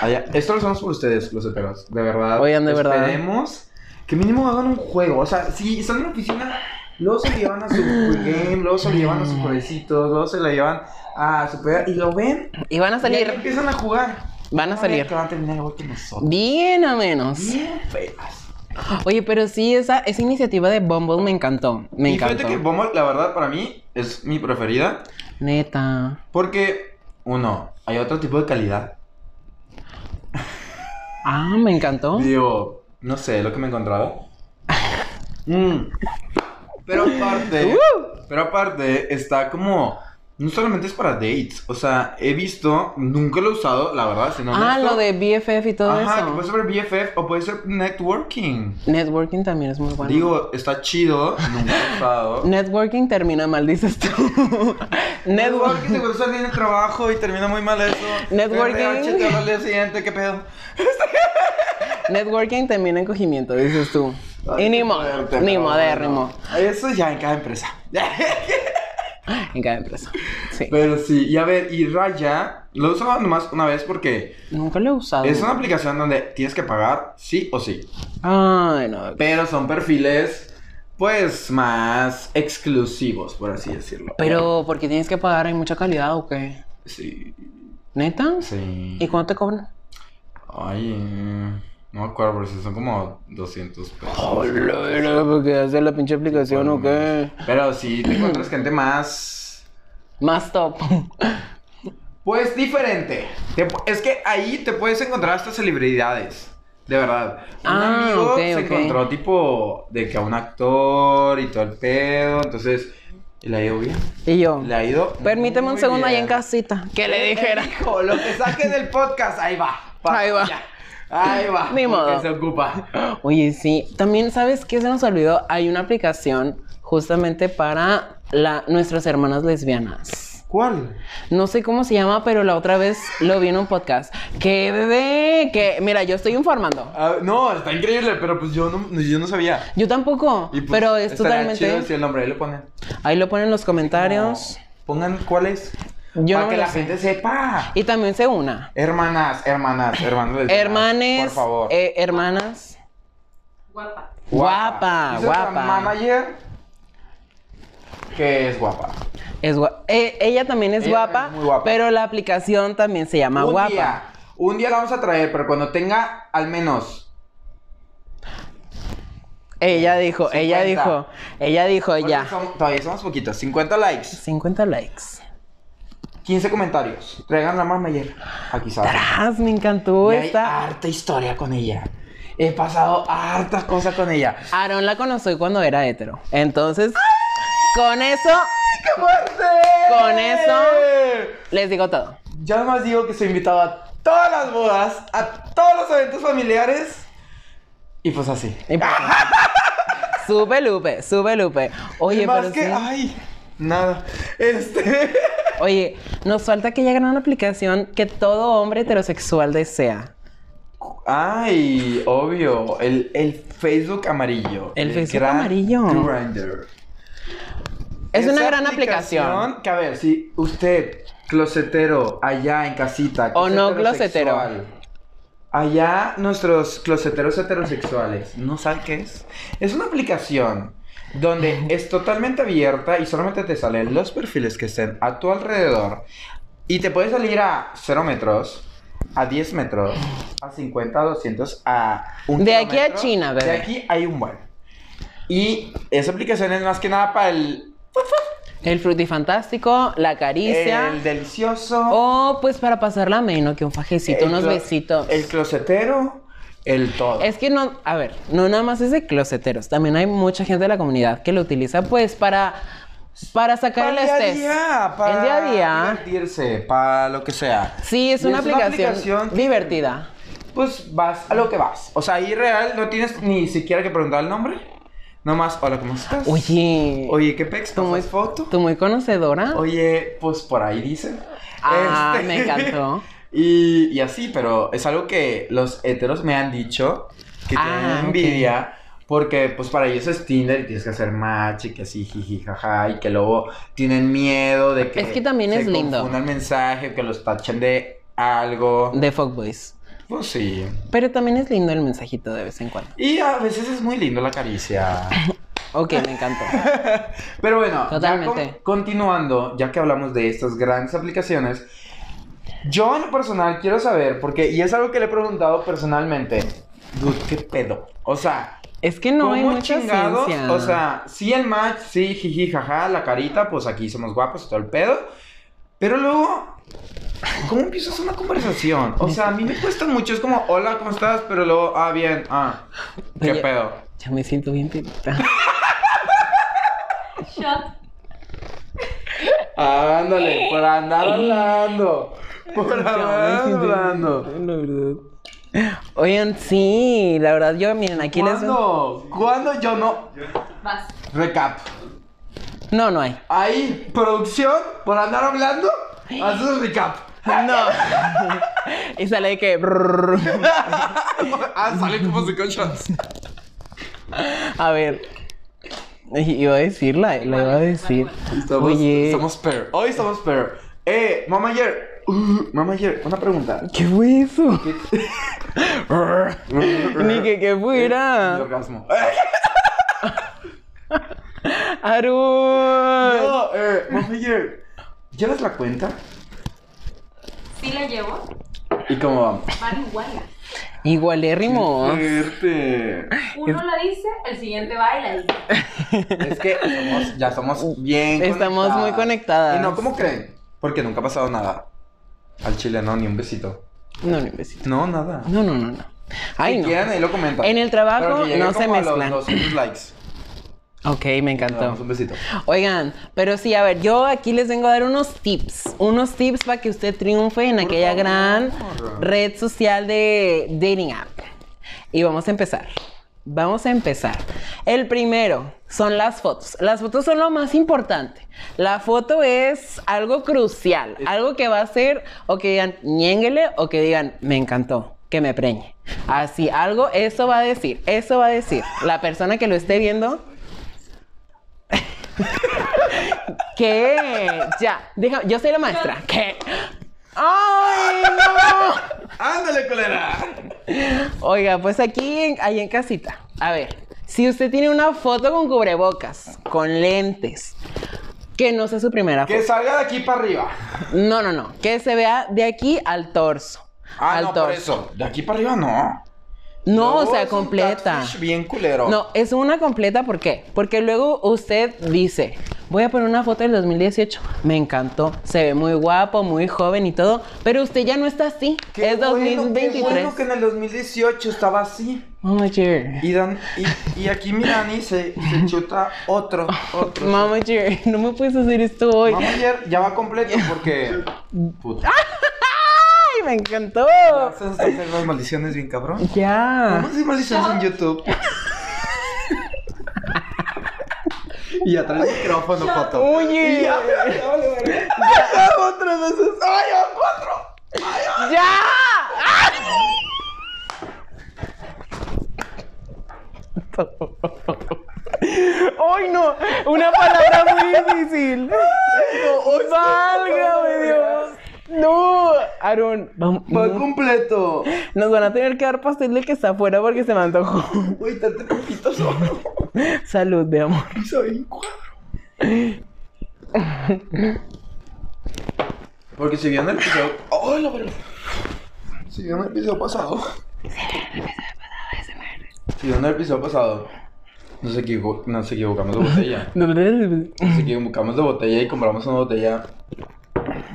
Speaker 2: Allá. Esto lo hacemos por ustedes, los heteros. De verdad.
Speaker 1: Oigan, de
Speaker 2: les
Speaker 1: verdad.
Speaker 2: Pedimos que mínimo hagan un juego. O sea, si están en la oficina, luego se lo llevan a su game, luego se lo llevan a sus jueguecitos, luego se lo llevan a su peda y lo ven.
Speaker 1: Y van a
Speaker 2: y ahí
Speaker 1: salir,
Speaker 2: empiezan a jugar.
Speaker 1: van a salir
Speaker 2: Que van a terminar igual que nosotros.
Speaker 1: bien a menos.
Speaker 2: Bien feas.
Speaker 1: Oye, pero sí, esa, esa iniciativa de Bumble me encantó. Me
Speaker 2: y fíjate
Speaker 1: encantó.
Speaker 2: que Bumble, la verdad, para mí es mi preferida.
Speaker 1: Neta.
Speaker 2: Porque, uno, hay otro tipo de calidad.
Speaker 1: Ah, me encantó.
Speaker 2: Digo, no sé, lo que me he encontrado.
Speaker 1: Uh.
Speaker 2: Mm. Pero aparte, pero aparte, está como No solamente es para dates, o sea, he visto, nunca lo he usado, la verdad, si no
Speaker 1: ah, lo de BFF y todo
Speaker 2: Ajá, que pues
Speaker 1: eso.
Speaker 2: puede ser BFF o puede ser networking.
Speaker 1: Networking también es muy bueno.
Speaker 2: Digo, está chido, nunca lo he usado.
Speaker 1: Networking termina mal, dices tú. Networking.
Speaker 2: Networking, te gusta salir el trabajo y termina muy mal eso.
Speaker 1: Networking.
Speaker 2: VPH te habla al día siguiente, qué pedo.
Speaker 1: Networking termina en cogimiento, dices tú. y ni modo,
Speaker 2: Fuerte,
Speaker 1: ni
Speaker 2: pero
Speaker 1: modérrimo.
Speaker 2: bueno. Eso ya en cada empresa.
Speaker 1: En cada empresa. Sí.
Speaker 2: Pero sí, y a ver, y Raya, lo usaba nomás una vez porque
Speaker 1: Nunca lo he usado.
Speaker 2: es una aplicación donde tienes que pagar sí o sí.
Speaker 1: Ay, no.
Speaker 2: Pero son perfiles, pues, más exclusivos, por así decirlo.
Speaker 1: Pero, porque tienes que pagar? ¿Hay mucha calidad o qué?
Speaker 2: Sí,
Speaker 1: ¿Neta?
Speaker 2: sí.
Speaker 1: ¿Y cuánto te cobran?
Speaker 2: Ay, eh, no me acuerdo, pero sí son como 200 pesos.
Speaker 1: Hola, porque hacer la pinche aplicación o qué.
Speaker 2: Pero si te encuentras gente más...
Speaker 1: Más top.
Speaker 2: Pues diferente. Te pu- es que ahí te puedes encontrar hasta celebridades. De verdad. Un
Speaker 1: Ah,
Speaker 2: amigo
Speaker 1: ok,
Speaker 2: se
Speaker 1: ok.
Speaker 2: encontró tipo de que a un actor y todo el pedo. Entonces, le ha ido bien.
Speaker 1: Y yo.
Speaker 2: Le ha ido.
Speaker 1: Permíteme un
Speaker 2: muy
Speaker 1: segundo ahí
Speaker 2: bien.
Speaker 1: en casita. Que le
Speaker 2: Él
Speaker 1: dijera.
Speaker 2: dijo, lo que saque del podcast, ahí va.
Speaker 1: Ahí va.
Speaker 2: ya. Ahí va.
Speaker 1: Ni
Speaker 2: porque
Speaker 1: modo.
Speaker 2: se ocupa.
Speaker 1: Oye, sí. También, ¿sabes qué se nos olvidó? Hay una aplicación justamente para la, nuestras hermanas lesbianas.
Speaker 2: ¿Cuál?
Speaker 1: No sé cómo se llama, pero la otra vez lo vi en un podcast. ¡Qué bebé! Que, mira, yo estoy informando.
Speaker 2: Ah, no, está increíble, pero pues yo no, yo no sabía.
Speaker 1: Yo tampoco,
Speaker 2: Y, pues,
Speaker 1: pero es
Speaker 2: estaría
Speaker 1: totalmente...
Speaker 2: chido si el nombre ahí lo ponen.
Speaker 1: Ahí lo ponen en los comentarios.
Speaker 2: No, Pongan cuál es.
Speaker 1: Yo
Speaker 2: para
Speaker 1: no me
Speaker 2: que
Speaker 1: lo
Speaker 2: la
Speaker 1: sé.
Speaker 2: gente sepa.
Speaker 1: Y también se una.
Speaker 2: Hermanas, hermanas, hermanas. del canal,
Speaker 1: Hermanes.
Speaker 2: Por favor.
Speaker 1: eh, hermanas.
Speaker 3: Guapa.
Speaker 1: Guapa,
Speaker 2: Dice otra
Speaker 1: guapa.
Speaker 2: manager que es guapa.
Speaker 1: Es gua- eh, ella también es
Speaker 2: Ella
Speaker 1: guapa,
Speaker 2: también es muy guapa.
Speaker 1: pero la aplicación también se llama
Speaker 2: un
Speaker 1: guapa.
Speaker 2: día, un día la vamos a traer, pero cuando tenga al menos
Speaker 1: Ella dijo, ella
Speaker 2: 50.
Speaker 1: dijo, ella dijo
Speaker 2: Porque
Speaker 1: Pues ya.
Speaker 2: som- todavía somos poquitos. 50 likes,
Speaker 1: 50 likes.
Speaker 2: 15 comentarios. Traigan la más mayor. Aquí sale.
Speaker 1: Tras, me encantó
Speaker 2: Y ah. hay
Speaker 1: esta.
Speaker 2: harta historia con ella. He pasado hartas cosas con ella.
Speaker 1: Aaron la conocí cuando era hetero. Entonces, con eso
Speaker 2: ¡Qué fuerte!
Speaker 1: Con eso- les digo todo.
Speaker 2: Ya nomás digo que soy invitado a todas las bodas, a todos los eventos familiares. Y pues así.
Speaker 1: Y pues, sube Lupe, sube Lupe. Oye,
Speaker 2: Y más
Speaker 1: pero
Speaker 2: que.
Speaker 1: sí.
Speaker 2: ¡Ay! Nada. Este.
Speaker 1: Oye, nos falta aquella gran aplicación que todo hombre heterosexual desea.
Speaker 2: Ay, obvio. El, el Facebook amarillo.
Speaker 1: El Facebook amarillo.
Speaker 2: Grindr.
Speaker 1: Es una
Speaker 2: Esa
Speaker 1: gran aplicación.
Speaker 2: Que a ver, si usted, closetero, allá en casita. que
Speaker 1: O
Speaker 2: es
Speaker 1: no closetero.
Speaker 2: heterosexual, Allá nuestros closeteros heterosexuales. ¿No sabe qué es? Es una aplicación donde es totalmente abierta y solamente te salen los perfiles que estén a tu alrededor. Y te puede salir a 0 metros, a 10 metros, a 50, a 200, a un
Speaker 1: De aquí a
Speaker 2: kilómetro.
Speaker 1: China, bebé.
Speaker 2: De aquí hay un buen. Y esa aplicación es más que nada para el
Speaker 1: El frutifantástico, la caricia.
Speaker 2: el delicioso.
Speaker 1: O pues para pasarla menos que un fajecito,
Speaker 2: el
Speaker 1: unos
Speaker 2: clo-
Speaker 1: besitos.
Speaker 2: El closetero, el todo.
Speaker 1: Es que no, a ver, no nada más es de closeteros, también hay mucha gente de la comunidad que lo utiliza pues para para sacar
Speaker 2: para
Speaker 1: el
Speaker 2: día a
Speaker 1: estrés.
Speaker 2: día, para
Speaker 1: este. el día a día.
Speaker 2: divertirse, para lo que sea.
Speaker 1: Sí, es
Speaker 2: Y
Speaker 1: una, aplicación
Speaker 2: aplicación que,
Speaker 1: divertida.
Speaker 2: Pues vas a lo que vas. O sea, ahí real no tienes ni siquiera que preguntar el nombre. Nomás, hola, ¿cómo estás?
Speaker 1: Oye,
Speaker 2: Oye, ¿qué pex?
Speaker 1: tú muy
Speaker 2: ¿Tomas foto?
Speaker 1: tú muy conocedora.
Speaker 2: Oye, pues por ahí dicen.
Speaker 1: Ah,
Speaker 2: Este,
Speaker 1: me encantó.
Speaker 2: Y, y así, pero es algo que los heteros me han dicho que tienen
Speaker 1: Ah, ok.
Speaker 2: envidia. Porque, pues, para ellos es Tinder y tienes que hacer match y que así, jiji, jaja, y que luego tienen miedo de que.
Speaker 1: Es que también
Speaker 2: se
Speaker 1: es lindo.
Speaker 2: confunda el mensaje, que los tachen de algo.
Speaker 1: De fuckboys.
Speaker 2: Pues sí.
Speaker 1: Pero también es lindo el mensajito de vez en cuando.
Speaker 2: Y a veces es muy lindo la caricia.
Speaker 1: Ok, me encantó.
Speaker 2: Pero bueno, ya
Speaker 1: Totalmente.
Speaker 2: con- continuando, ya que hablamos de estas grandes aplicaciones, yo en lo personal quiero saber, porque, y es algo que le he preguntado personalmente, dude, ¿qué pedo? O sea,
Speaker 1: Es que no hay
Speaker 2: ¿cómo
Speaker 1: mucha
Speaker 2: chingados?
Speaker 1: ciencia.
Speaker 2: O sea, sí el match, sí, jiji, jaja, la carita, pues aquí somos guapos y todo el pedo, pero luego... ¿Cómo empiezas una conversación? O sea, a mí me cuesta mucho. Es como, hola, ¿cómo estás? Pero luego, ah, bien, ah, ¿qué
Speaker 1: Oye,
Speaker 2: pedo?
Speaker 1: ya me siento bien pirita.
Speaker 3: Shot.
Speaker 2: Ándale, por andar hablando. Por andar hablando.
Speaker 1: La verdad. Oigan, sí, la verdad, yo, miren, aquí les.
Speaker 2: ¿Cuándo? ¿Cuándo yo no?
Speaker 3: Vas.
Speaker 2: Recap.
Speaker 1: No, no hay.
Speaker 2: Ahí, producción, por andar hablando, haces un recap.
Speaker 1: No. y sale de que. brrr.
Speaker 2: ah, sale como se cochas.
Speaker 1: A ver. I- Iba a decirla, la iba a decir.
Speaker 2: Estamos,
Speaker 1: Oye,
Speaker 2: estamos peor. Hoy estamos peor. Eh, mamá ayer. Uh, mamá ayer, una pregunta.
Speaker 1: ¿qué fue eso? Ni que, que
Speaker 2: El
Speaker 1: fuera.
Speaker 2: orgasmo.
Speaker 1: Aru.
Speaker 2: No, eh, mamá ayer. ¿Llevas la cuenta?
Speaker 3: Sí la llevo.
Speaker 2: ¿Y cómo vamos?
Speaker 3: Van igual.
Speaker 1: Igualérrimo.
Speaker 2: Fuerte.
Speaker 3: Uno la dice, el siguiente va y la dice.
Speaker 2: Es que somos- ya somos bien
Speaker 1: Estamos muy conectadas.
Speaker 2: Y no, ¿cómo creen? Porque nunca ha pasado nada. Al chile, no, ni un besito.
Speaker 1: No, no, imbécil.
Speaker 2: No, nada.
Speaker 1: No, no, no, no. Ay,
Speaker 2: Si
Speaker 1: no.
Speaker 2: quieran, ahí lo comentan.
Speaker 1: En el trabajo
Speaker 2: Pero que llegue
Speaker 1: no se
Speaker 2: como a los
Speaker 1: mezclan.
Speaker 2: 200 likes.
Speaker 1: Ok, me
Speaker 2: Le damos un
Speaker 1: encantó.
Speaker 2: besito.
Speaker 1: Oigan, pero sí, a ver, yo aquí les vengo a dar unos tips. Unos tips para que usted triunfe en aquella
Speaker 2: favor.
Speaker 1: gran red social de dating app. Y vamos a empezar. Vamos a empezar. El primero son las fotos. Las fotos son lo más importante. La foto es algo crucial, algo que va a ser o que digan ñénguele o que digan me encantó, que me preñe. Así, algo, eso va a decir, eso va a decir. La persona que lo esté viendo ¿Qué? Ya, deja- yo soy la maestra. ¿Qué? Ah. ¡Ay, no!
Speaker 2: ¡Ándale, colera!
Speaker 1: Oiga, pues aquí, en- ahí en casita. A ver, si usted tiene una foto con cubrebocas, con lentes, que no sea su primera
Speaker 2: Que
Speaker 1: foto.
Speaker 2: salga de aquí para arriba.
Speaker 1: No, no, no. Que se vea de aquí al torso.
Speaker 2: Ah,
Speaker 1: al
Speaker 2: no, por
Speaker 1: torso.
Speaker 2: eso. De aquí para arriba no.
Speaker 1: No, o
Speaker 2: Luego
Speaker 1: sea,
Speaker 2: es un
Speaker 1: completa.
Speaker 2: catfish Bien culero.
Speaker 1: No, es una completa, ¿por qué? Porque luego usted dice, voy a poner una foto del 2018, me encantó, se ve muy guapo, muy joven y todo, pero usted ya no está así,
Speaker 2: Qué
Speaker 1: es
Speaker 2: bueno,
Speaker 1: 2023.
Speaker 2: qué bueno que en el 2018 estaba así.
Speaker 1: Mama Jer,
Speaker 2: Y, dan, y, y aquí mi Dani se, se chuta otro, otro.
Speaker 1: Mama Jer, no me puedes hacer esto hoy.
Speaker 2: Mamá ayer ya va completo porque... Puta.
Speaker 1: Ah. ¡Ay, me encantó!
Speaker 2: ¿Sabes hacer las maldiciones bien cabrón?
Speaker 1: Ya.
Speaker 2: Vamos a hacer maldiciones en YouTube. y atrás el micrófono, foto.
Speaker 1: Oye.
Speaker 2: Y ya, ya, ya, vale, vale. Ya, otras veces. ¡Ay, ya, cuatro!
Speaker 1: ¡Ya! ¡Ah! ¡Ay, no! Una palabra muy difícil. ¡Válgame Dios! ¡No! Aaron, vamos.
Speaker 2: Va completo.
Speaker 1: Nos van a tener que dar pastel del que está afuera porque se me antojó.
Speaker 2: Güey, tanto poquito solo.
Speaker 1: Salud, mi amor.
Speaker 2: Soy un cuadro. Porque si vieron el episodio. ¡Oh, la verdad! Si vieron el episodio pasado. Si vieron el episodio pasado. Nos, equivo- nos equivocamos de botella. Nos equivocamos de botella y compramos una botella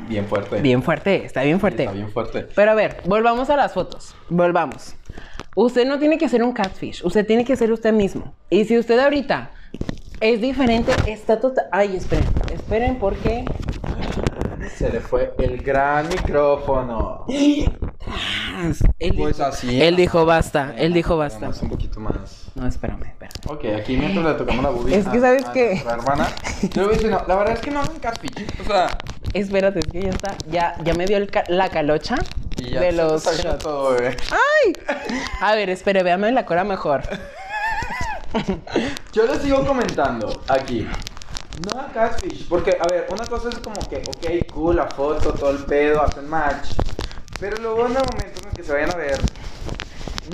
Speaker 2: bien fuerte.
Speaker 1: Bien fuerte, está bien fuerte.
Speaker 2: Está bien fuerte.
Speaker 1: Pero a ver, volvamos a las fotos. Volvamos. Usted no tiene que ser un catfish. Usted tiene que ser usted mismo. Y si usted ahorita es diferente, está total. Ay, esperen. Esperen porque.
Speaker 2: Se le fue el gran micrófono.
Speaker 1: Él,
Speaker 2: Pues
Speaker 1: dijo-
Speaker 2: así.
Speaker 1: él dijo basta. Él dijo basta.
Speaker 2: Vamos un poquito más.
Speaker 1: No, espérame, espérame.
Speaker 2: Ok, aquí mientras le tocamos la bobina.
Speaker 1: Es que, ¿sabes qué?
Speaker 2: La hermana. Yo voy diciendo, la verdad es que no hagan catfish. O sea,
Speaker 1: Espérate, es que ya está. Ya, ya me dio el ca- la calocha
Speaker 2: y ya
Speaker 1: de
Speaker 2: se
Speaker 1: los.
Speaker 2: nos salió
Speaker 1: shots.
Speaker 2: todo, bebé.
Speaker 1: ¡Ay! A ver, espere, véame la cora mejor.
Speaker 2: Yo les sigo comentando aquí. No hagan catfish. Porque, a ver, una cosa es como que, ok, cool, la foto, todo el pedo, hacen match. Pero luego en el momento en el que se vayan a ver,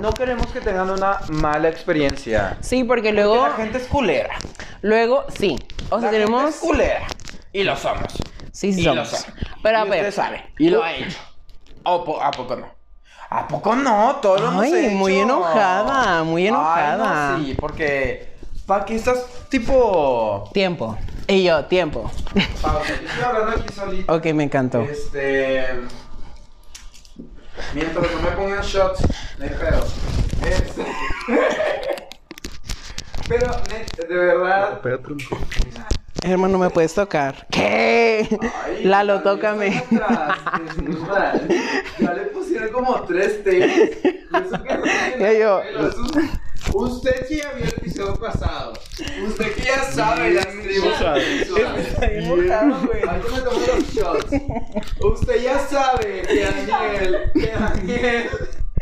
Speaker 2: no queremos que tengan una mala experiencia.
Speaker 1: Sí, porque
Speaker 2: Porque
Speaker 1: luego.
Speaker 2: la gente es culera.
Speaker 1: Luego, sí. O sea,
Speaker 2: La gente
Speaker 1: tenemos.
Speaker 2: es culera. Y lo somos.
Speaker 1: Sí, sí,
Speaker 2: Y lo
Speaker 1: somos.
Speaker 2: sabe.
Speaker 1: Pero a
Speaker 2: Y
Speaker 1: ver.
Speaker 2: usted sabe. Y lo ha hecho. ¿O po- ¿A poco no? ¿A poco no? Todo lo hemos
Speaker 1: Ay,
Speaker 2: hecho.
Speaker 1: muy enojada, muy
Speaker 2: Ay, no,
Speaker 1: enojada.
Speaker 2: sí, porque... ¿Para qué estás tipo...?
Speaker 1: Tiempo. Y yo, tiempo.
Speaker 2: Pausa, yo estoy hablando aquí solito.
Speaker 1: Ok, me encantó.
Speaker 2: Este... Mientras no me pongan shots, no hay pedo. Este... Pero, net- de verdad...
Speaker 1: Hermano, ¿me puedes tocar? ¿Qué? Lalo, tócame.
Speaker 2: Ya le pusieron como tres temas. Y eso que no tiene
Speaker 1: Ya yo.
Speaker 2: nada que ver, eso es- Usted que ya vio el episodio pasado. Usted que ya sabe las tribus homosexuales. Ahorita me tomo los shots. Usted ya sabe que Daniel, que Daniel,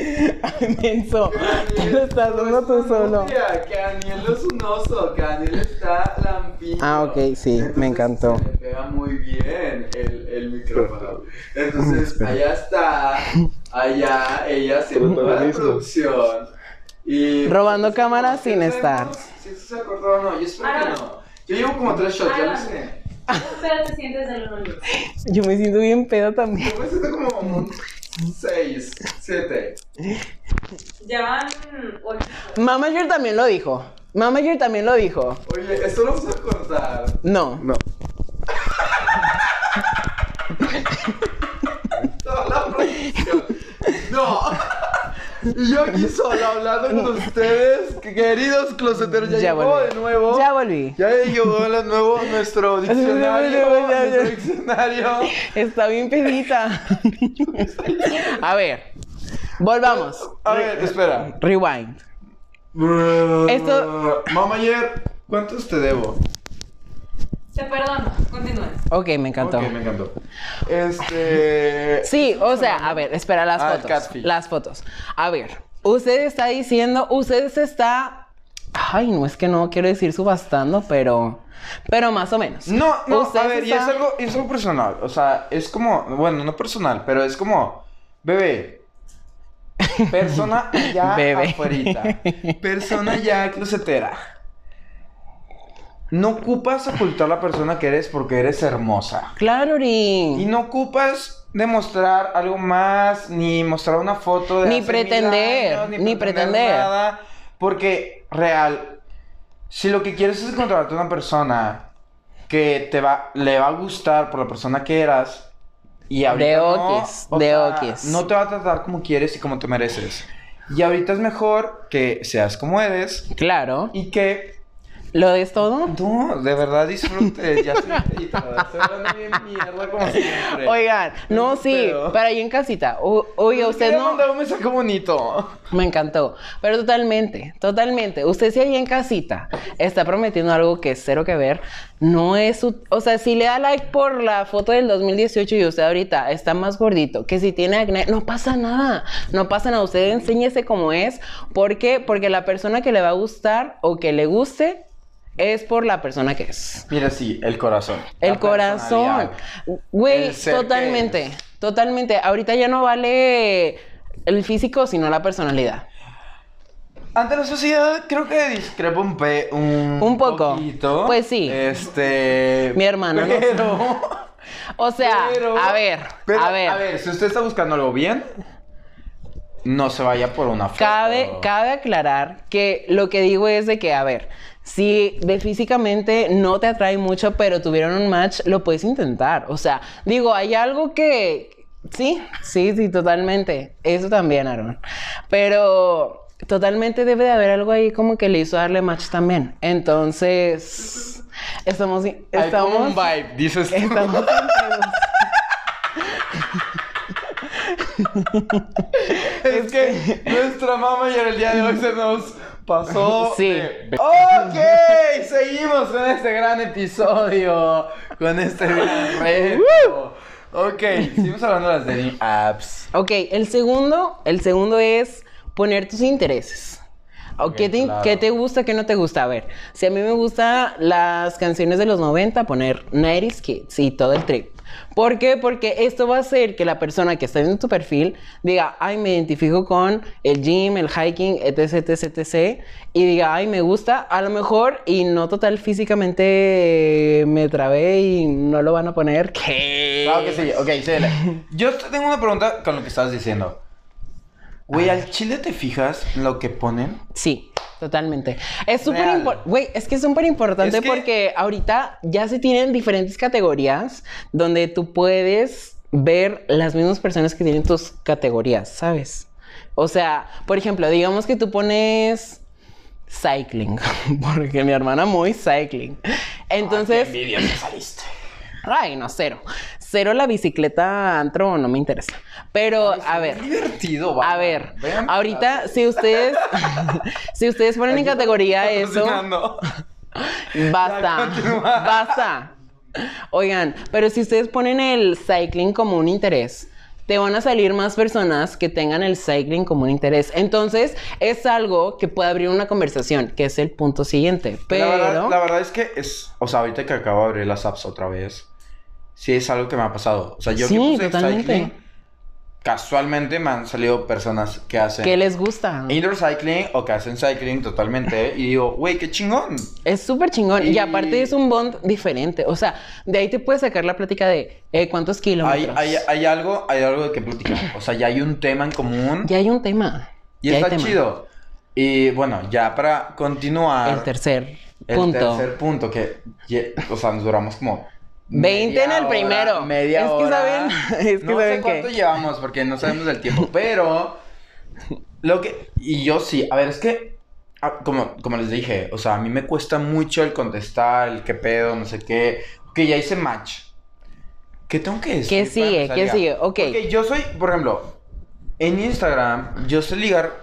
Speaker 1: Menso. Te lo estás dando tú solo.
Speaker 2: que Daniel no es un oso, que Daniel está lampiño.
Speaker 1: Ah, ok, sí, me
Speaker 2: Entonces,
Speaker 1: encantó.
Speaker 2: Se le pega muy bien el, el micrófono. Entonces, allá está, allá ella haciendo toda la producción. Y, pues,
Speaker 1: Robando cámaras sin
Speaker 2: ¿Sabemos
Speaker 1: estar.
Speaker 2: Si esto se acordó o no, yo espero que no. Yo llevo como tres shots, ya lo sé.
Speaker 3: Pero te sientes del uno al diez.
Speaker 1: Yo me siento bien pedo también.
Speaker 2: Yo me siento como un 6, 7.
Speaker 3: Ya van ocho.
Speaker 1: Mamager también lo dijo. Mamager también lo dijo.
Speaker 2: Oye, esto lo vamos a cortar.
Speaker 1: No.
Speaker 4: No.
Speaker 2: Toda la producción. No. Y yo aquí solo hablando con ustedes, queridos closeteros. Ya,
Speaker 1: Ya
Speaker 2: llegó
Speaker 1: volví.
Speaker 2: de nuevo.
Speaker 1: Ya volví.
Speaker 2: Ya llegó de nuevo nuestro
Speaker 1: Ya,
Speaker 2: diccionario.
Speaker 1: ya, ya.
Speaker 2: nuestro diccionario.
Speaker 1: Está bien pedita. A ver. Volvamos.
Speaker 2: A ver, espera.
Speaker 1: Rewind. Esto-
Speaker 2: Mamá ayer, ¿cuántos te debo?
Speaker 3: Te perdono, continúa.
Speaker 1: Ok, me encantó.
Speaker 2: Ok, me encantó. Este.
Speaker 1: Sí, o sea, a ver, espera las
Speaker 2: Ah, el
Speaker 1: fotos.
Speaker 2: catfish.
Speaker 1: Las fotos. A ver, usted está diciendo, usted se está. Ay, no es que no quiero decir subastando, pero. Pero más o menos.
Speaker 2: No, no,
Speaker 1: Usted
Speaker 2: a
Speaker 1: se
Speaker 2: ver, y
Speaker 1: está-
Speaker 2: es algo, es algo personal. O sea, es como, bueno, no personal, pero es como, bebé. Persona ya
Speaker 1: Bebé.
Speaker 2: afuerita. Persona ya closetera. No ocupas ocultar la persona que eres porque eres hermosa.
Speaker 1: Claro,
Speaker 2: Y
Speaker 1: Ori.
Speaker 2: no ocupas demostrar algo más, ni mostrar una foto de
Speaker 1: Ni
Speaker 2: hace mil
Speaker 1: pretender,
Speaker 2: años,
Speaker 1: ni pretender.
Speaker 2: nada, porque real, si lo que quieres es encontrarte una persona que te va, le va a gustar por la persona que eras y ahorita
Speaker 1: De
Speaker 2: no,
Speaker 1: oquis,
Speaker 2: o
Speaker 1: de
Speaker 2: sea,
Speaker 1: oquis.
Speaker 2: no te va a tratar como quieres y como te mereces. Y ahorita es mejor que seas como eres
Speaker 1: Claro.
Speaker 2: y que
Speaker 1: ¿Lo es todo?
Speaker 2: no, de verdad disfrutes. ya estoy irritada, estoy hablando bien mierda como siempre.
Speaker 1: Oigan, no,
Speaker 2: Un
Speaker 1: sí,
Speaker 2: pedo.
Speaker 1: para ahí en casita. O- oiga, usted
Speaker 2: Quiero
Speaker 1: no.
Speaker 2: mandar un mensaje bonito.
Speaker 1: Me encantó. Pero totalmente, totalmente. Usted si ahí en casita está prometiendo algo que es cero que ver, no es su... O sea, si le da like por la foto del 2018 y usted ahorita está más gordito, que si tiene acné, no pasa nada. No pasa nada. Usted enséñese cómo es. ¿Por qué? Porque la persona que le va a gustar o que le guste es por la persona que es.
Speaker 2: Mira, sí, el corazón.
Speaker 1: El
Speaker 2: La
Speaker 1: corazón.
Speaker 2: personalidad.
Speaker 1: Güey,
Speaker 2: El ser que
Speaker 1: totalmente.
Speaker 2: eres.
Speaker 1: Totalmente. Ahorita ya no vale el físico, sino la personalidad.
Speaker 2: Ante la sociedad, creo que discrepo un, pe- un,
Speaker 1: Un poco.
Speaker 2: poquito.
Speaker 1: Pues sí.
Speaker 2: Este.
Speaker 1: Mi hermano, no sé.
Speaker 2: Pero.
Speaker 1: O sea,
Speaker 2: pero-
Speaker 1: a ver,
Speaker 2: pero,
Speaker 1: a ver.
Speaker 2: A ver, si usted está buscando algo bien, no se vaya por una foto.
Speaker 1: Cabe,
Speaker 2: Oh.
Speaker 1: cabe aclarar que lo que digo es de que, a ver, si de físicamente no te atrae mucho, pero tuvieron un match, lo puedes intentar. O sea, digo, hay algo que. Sí, sí, sí, totalmente. Eso también, Aaron. Pero totalmente debe de haber algo ahí como que le hizo darle match también. Entonces, estamos.
Speaker 2: Hay como
Speaker 1: Estamos.
Speaker 2: un vibe, dices. tú.
Speaker 1: Estamos enfermos.
Speaker 2: Es que nuestra mamá y el día de hoy se nos pasó.
Speaker 1: Sí.
Speaker 2: de- Ok, seguimos con este gran episodio. Con este gran reto. Ok, seguimos hablando de las dating apps.
Speaker 1: Ok, el segundo, el segundo es poner tus intereses. O
Speaker 2: Ok,
Speaker 1: ¿Qué, te,
Speaker 2: claro.
Speaker 1: qué te gusta, qué no te gusta? A ver, si a mí me gustan las canciones de los 90, poner 90s Kids y todo el trip. ¿Por qué? Porque esto va a hacer que la persona que está viendo tu perfil diga, ay, me identifico con el gym, el hiking, etc, etc, etc. Y diga, ay, me gusta, a lo mejor, y no total físicamente me trabé y no lo van a poner. ¿Qué?
Speaker 2: Claro que sí, ok, síguele. Yo te- tengo una pregunta con lo que estabas diciendo. Güey, ¿al chile te fijas en lo que ponen?
Speaker 1: Sí, totalmente. Es súper
Speaker 2: Real.
Speaker 1: importante. Güey, es que es súper importante
Speaker 2: Es que-
Speaker 1: porque ahorita ya se tienen diferentes categorías donde tú puedes ver las mismas personas que tienen tus categorías, ¿sabes? O sea, por ejemplo, digamos que tú pones cycling, porque mi hermana muy cycling. Entonces,
Speaker 2: Qué envidia me saliste.
Speaker 1: Ay, no, cero. Cero la bicicleta antro, no me interesa. Pero, a ver,
Speaker 2: Qué divertido, va.
Speaker 1: a ver.
Speaker 2: Vean,
Speaker 1: Ahorita, si ustedes, si ustedes ponen en categoría eso,
Speaker 2: patrocinando.
Speaker 1: basta.
Speaker 2: continúa.
Speaker 1: Basta. Oigan, pero si ustedes ponen el cycling como un interés, te van a salir más personas que tengan el cycling como un interés. Entonces, es algo que puede abrir una conversación, que es el punto siguiente. Pero.
Speaker 2: La, verdad, la verdad es que es. O sea, ahorita que acabo de abrir las apps otra vez, sí es algo que me ha pasado. O sea, yo que
Speaker 1: Sí,
Speaker 2: puse
Speaker 1: totalmente.
Speaker 2: cycling, casualmente me han salido personas que hacen
Speaker 1: ¿Qué les gusta?
Speaker 2: indoor cycling o que hacen cycling totalmente. y digo, güey, qué chingón.
Speaker 1: Es súper chingón. Y...
Speaker 2: Y-
Speaker 1: aparte es un bond diferente. O sea, de ahí te puedes sacar la plática de eh, cuántos
Speaker 2: Hay,
Speaker 1: kilómetros.
Speaker 2: hay, hay algo, hay algo de que platicar. O sea, ya hay un tema en común
Speaker 1: Ya hay un tema.
Speaker 2: y
Speaker 1: Ya hay
Speaker 2: está
Speaker 1: tema.
Speaker 2: chido. Y bueno, ya para continuar.
Speaker 1: El tercer
Speaker 2: El
Speaker 1: punto.
Speaker 2: tercer punto que, ye- o sea, nos duramos como...
Speaker 1: 20 en
Speaker 2: media
Speaker 1: el primero.
Speaker 2: hora, media
Speaker 1: Es que
Speaker 2: hora.
Speaker 1: saben- es que
Speaker 2: no
Speaker 1: saben
Speaker 2: sé
Speaker 1: que-
Speaker 2: cuánto llevamos porque no sabemos el tiempo, pero lo que y yo sí, a ver, es que ah, como como les dije, o sea, a mí me cuesta mucho el contestar, el qué pedo, no sé qué, que ya hice match. ¿Qué tengo que decir?
Speaker 1: ¿Qué
Speaker 2: para
Speaker 1: sigue?
Speaker 2: empezar
Speaker 1: ¿Qué
Speaker 2: ya?
Speaker 1: sigue? Ok.
Speaker 2: Porque yo soy, por ejemplo, en Instagram, yo sé ligar,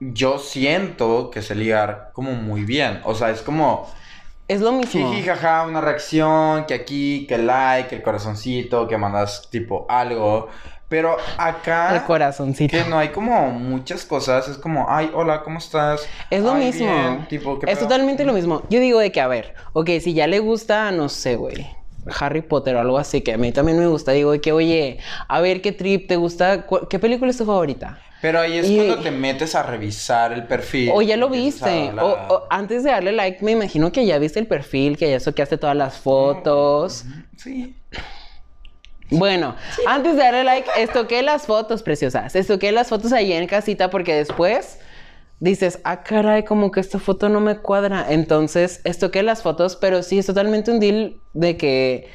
Speaker 2: yo siento que sé ligar como muy bien. O sea, es como,
Speaker 1: Es lo mismo.
Speaker 2: jiji, jaja, una reacción, que aquí, que like, que el corazoncito, que mandas tipo algo. Pero
Speaker 1: El
Speaker 2: acá,
Speaker 1: corazoncito.
Speaker 2: que no hay como muchas cosas, es como, ay, hola, ¿cómo estás?
Speaker 1: Es lo
Speaker 2: Ay,
Speaker 1: mismo.
Speaker 2: bien", tipo, ¿qué
Speaker 1: es
Speaker 2: pedo?
Speaker 1: totalmente lo mismo. Yo digo de que, a ver, ok, si ya le gusta, no sé, güey. Harry Potter o algo así, que a mí también me gusta. Digo de que, oye, a ver qué trip te gusta. ¿Cu- ¿Qué película es tu favorita?
Speaker 2: Pero ahí es
Speaker 1: Y-
Speaker 2: cuando te metes a revisar el perfil.
Speaker 1: O ya lo
Speaker 2: empiezas a
Speaker 1: viste.
Speaker 2: hablar.
Speaker 1: O, o antes de darle like, me imagino que ya viste el perfil, que ya soqueaste todas las fotos.
Speaker 2: Sí.
Speaker 1: Bueno, antes de darle like, estoqué las fotos, preciosas. Estoqué las fotos ahí en casita porque después dices, ah, caray, como que esta foto no me cuadra. Entonces, estoqué las fotos, pero sí es totalmente un deal de que,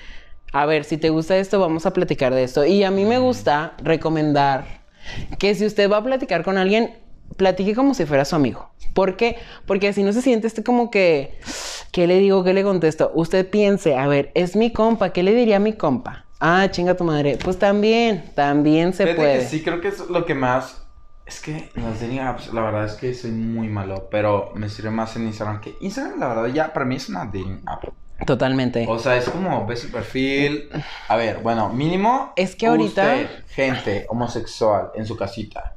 Speaker 1: a ver, si te gusta esto, vamos a platicar de esto. Y a mí me gusta recomendar que si usted va a platicar con alguien, platique como si fuera su amigo. ¿Por qué? Porque así no se siente este como que, ¿qué le digo? ¿Qué le contesto? Usted piense, a ver, es mi compa, ¿qué le diría a mi compa? Ah, chinga tu madre. Pues también, también se
Speaker 2: Fíjate que
Speaker 1: puede.
Speaker 2: sí, creo que es lo que más. Es que en las dating apps, pues, la verdad es que soy muy malo, pero me sirve más en Instagram. Que Instagram, la verdad, ya para mí es una dating app.
Speaker 1: Totalmente.
Speaker 2: O sea, es como ves el perfil. A ver, bueno, mínimo.
Speaker 1: Es que ahorita-
Speaker 2: usted, gente homosexual en su casita.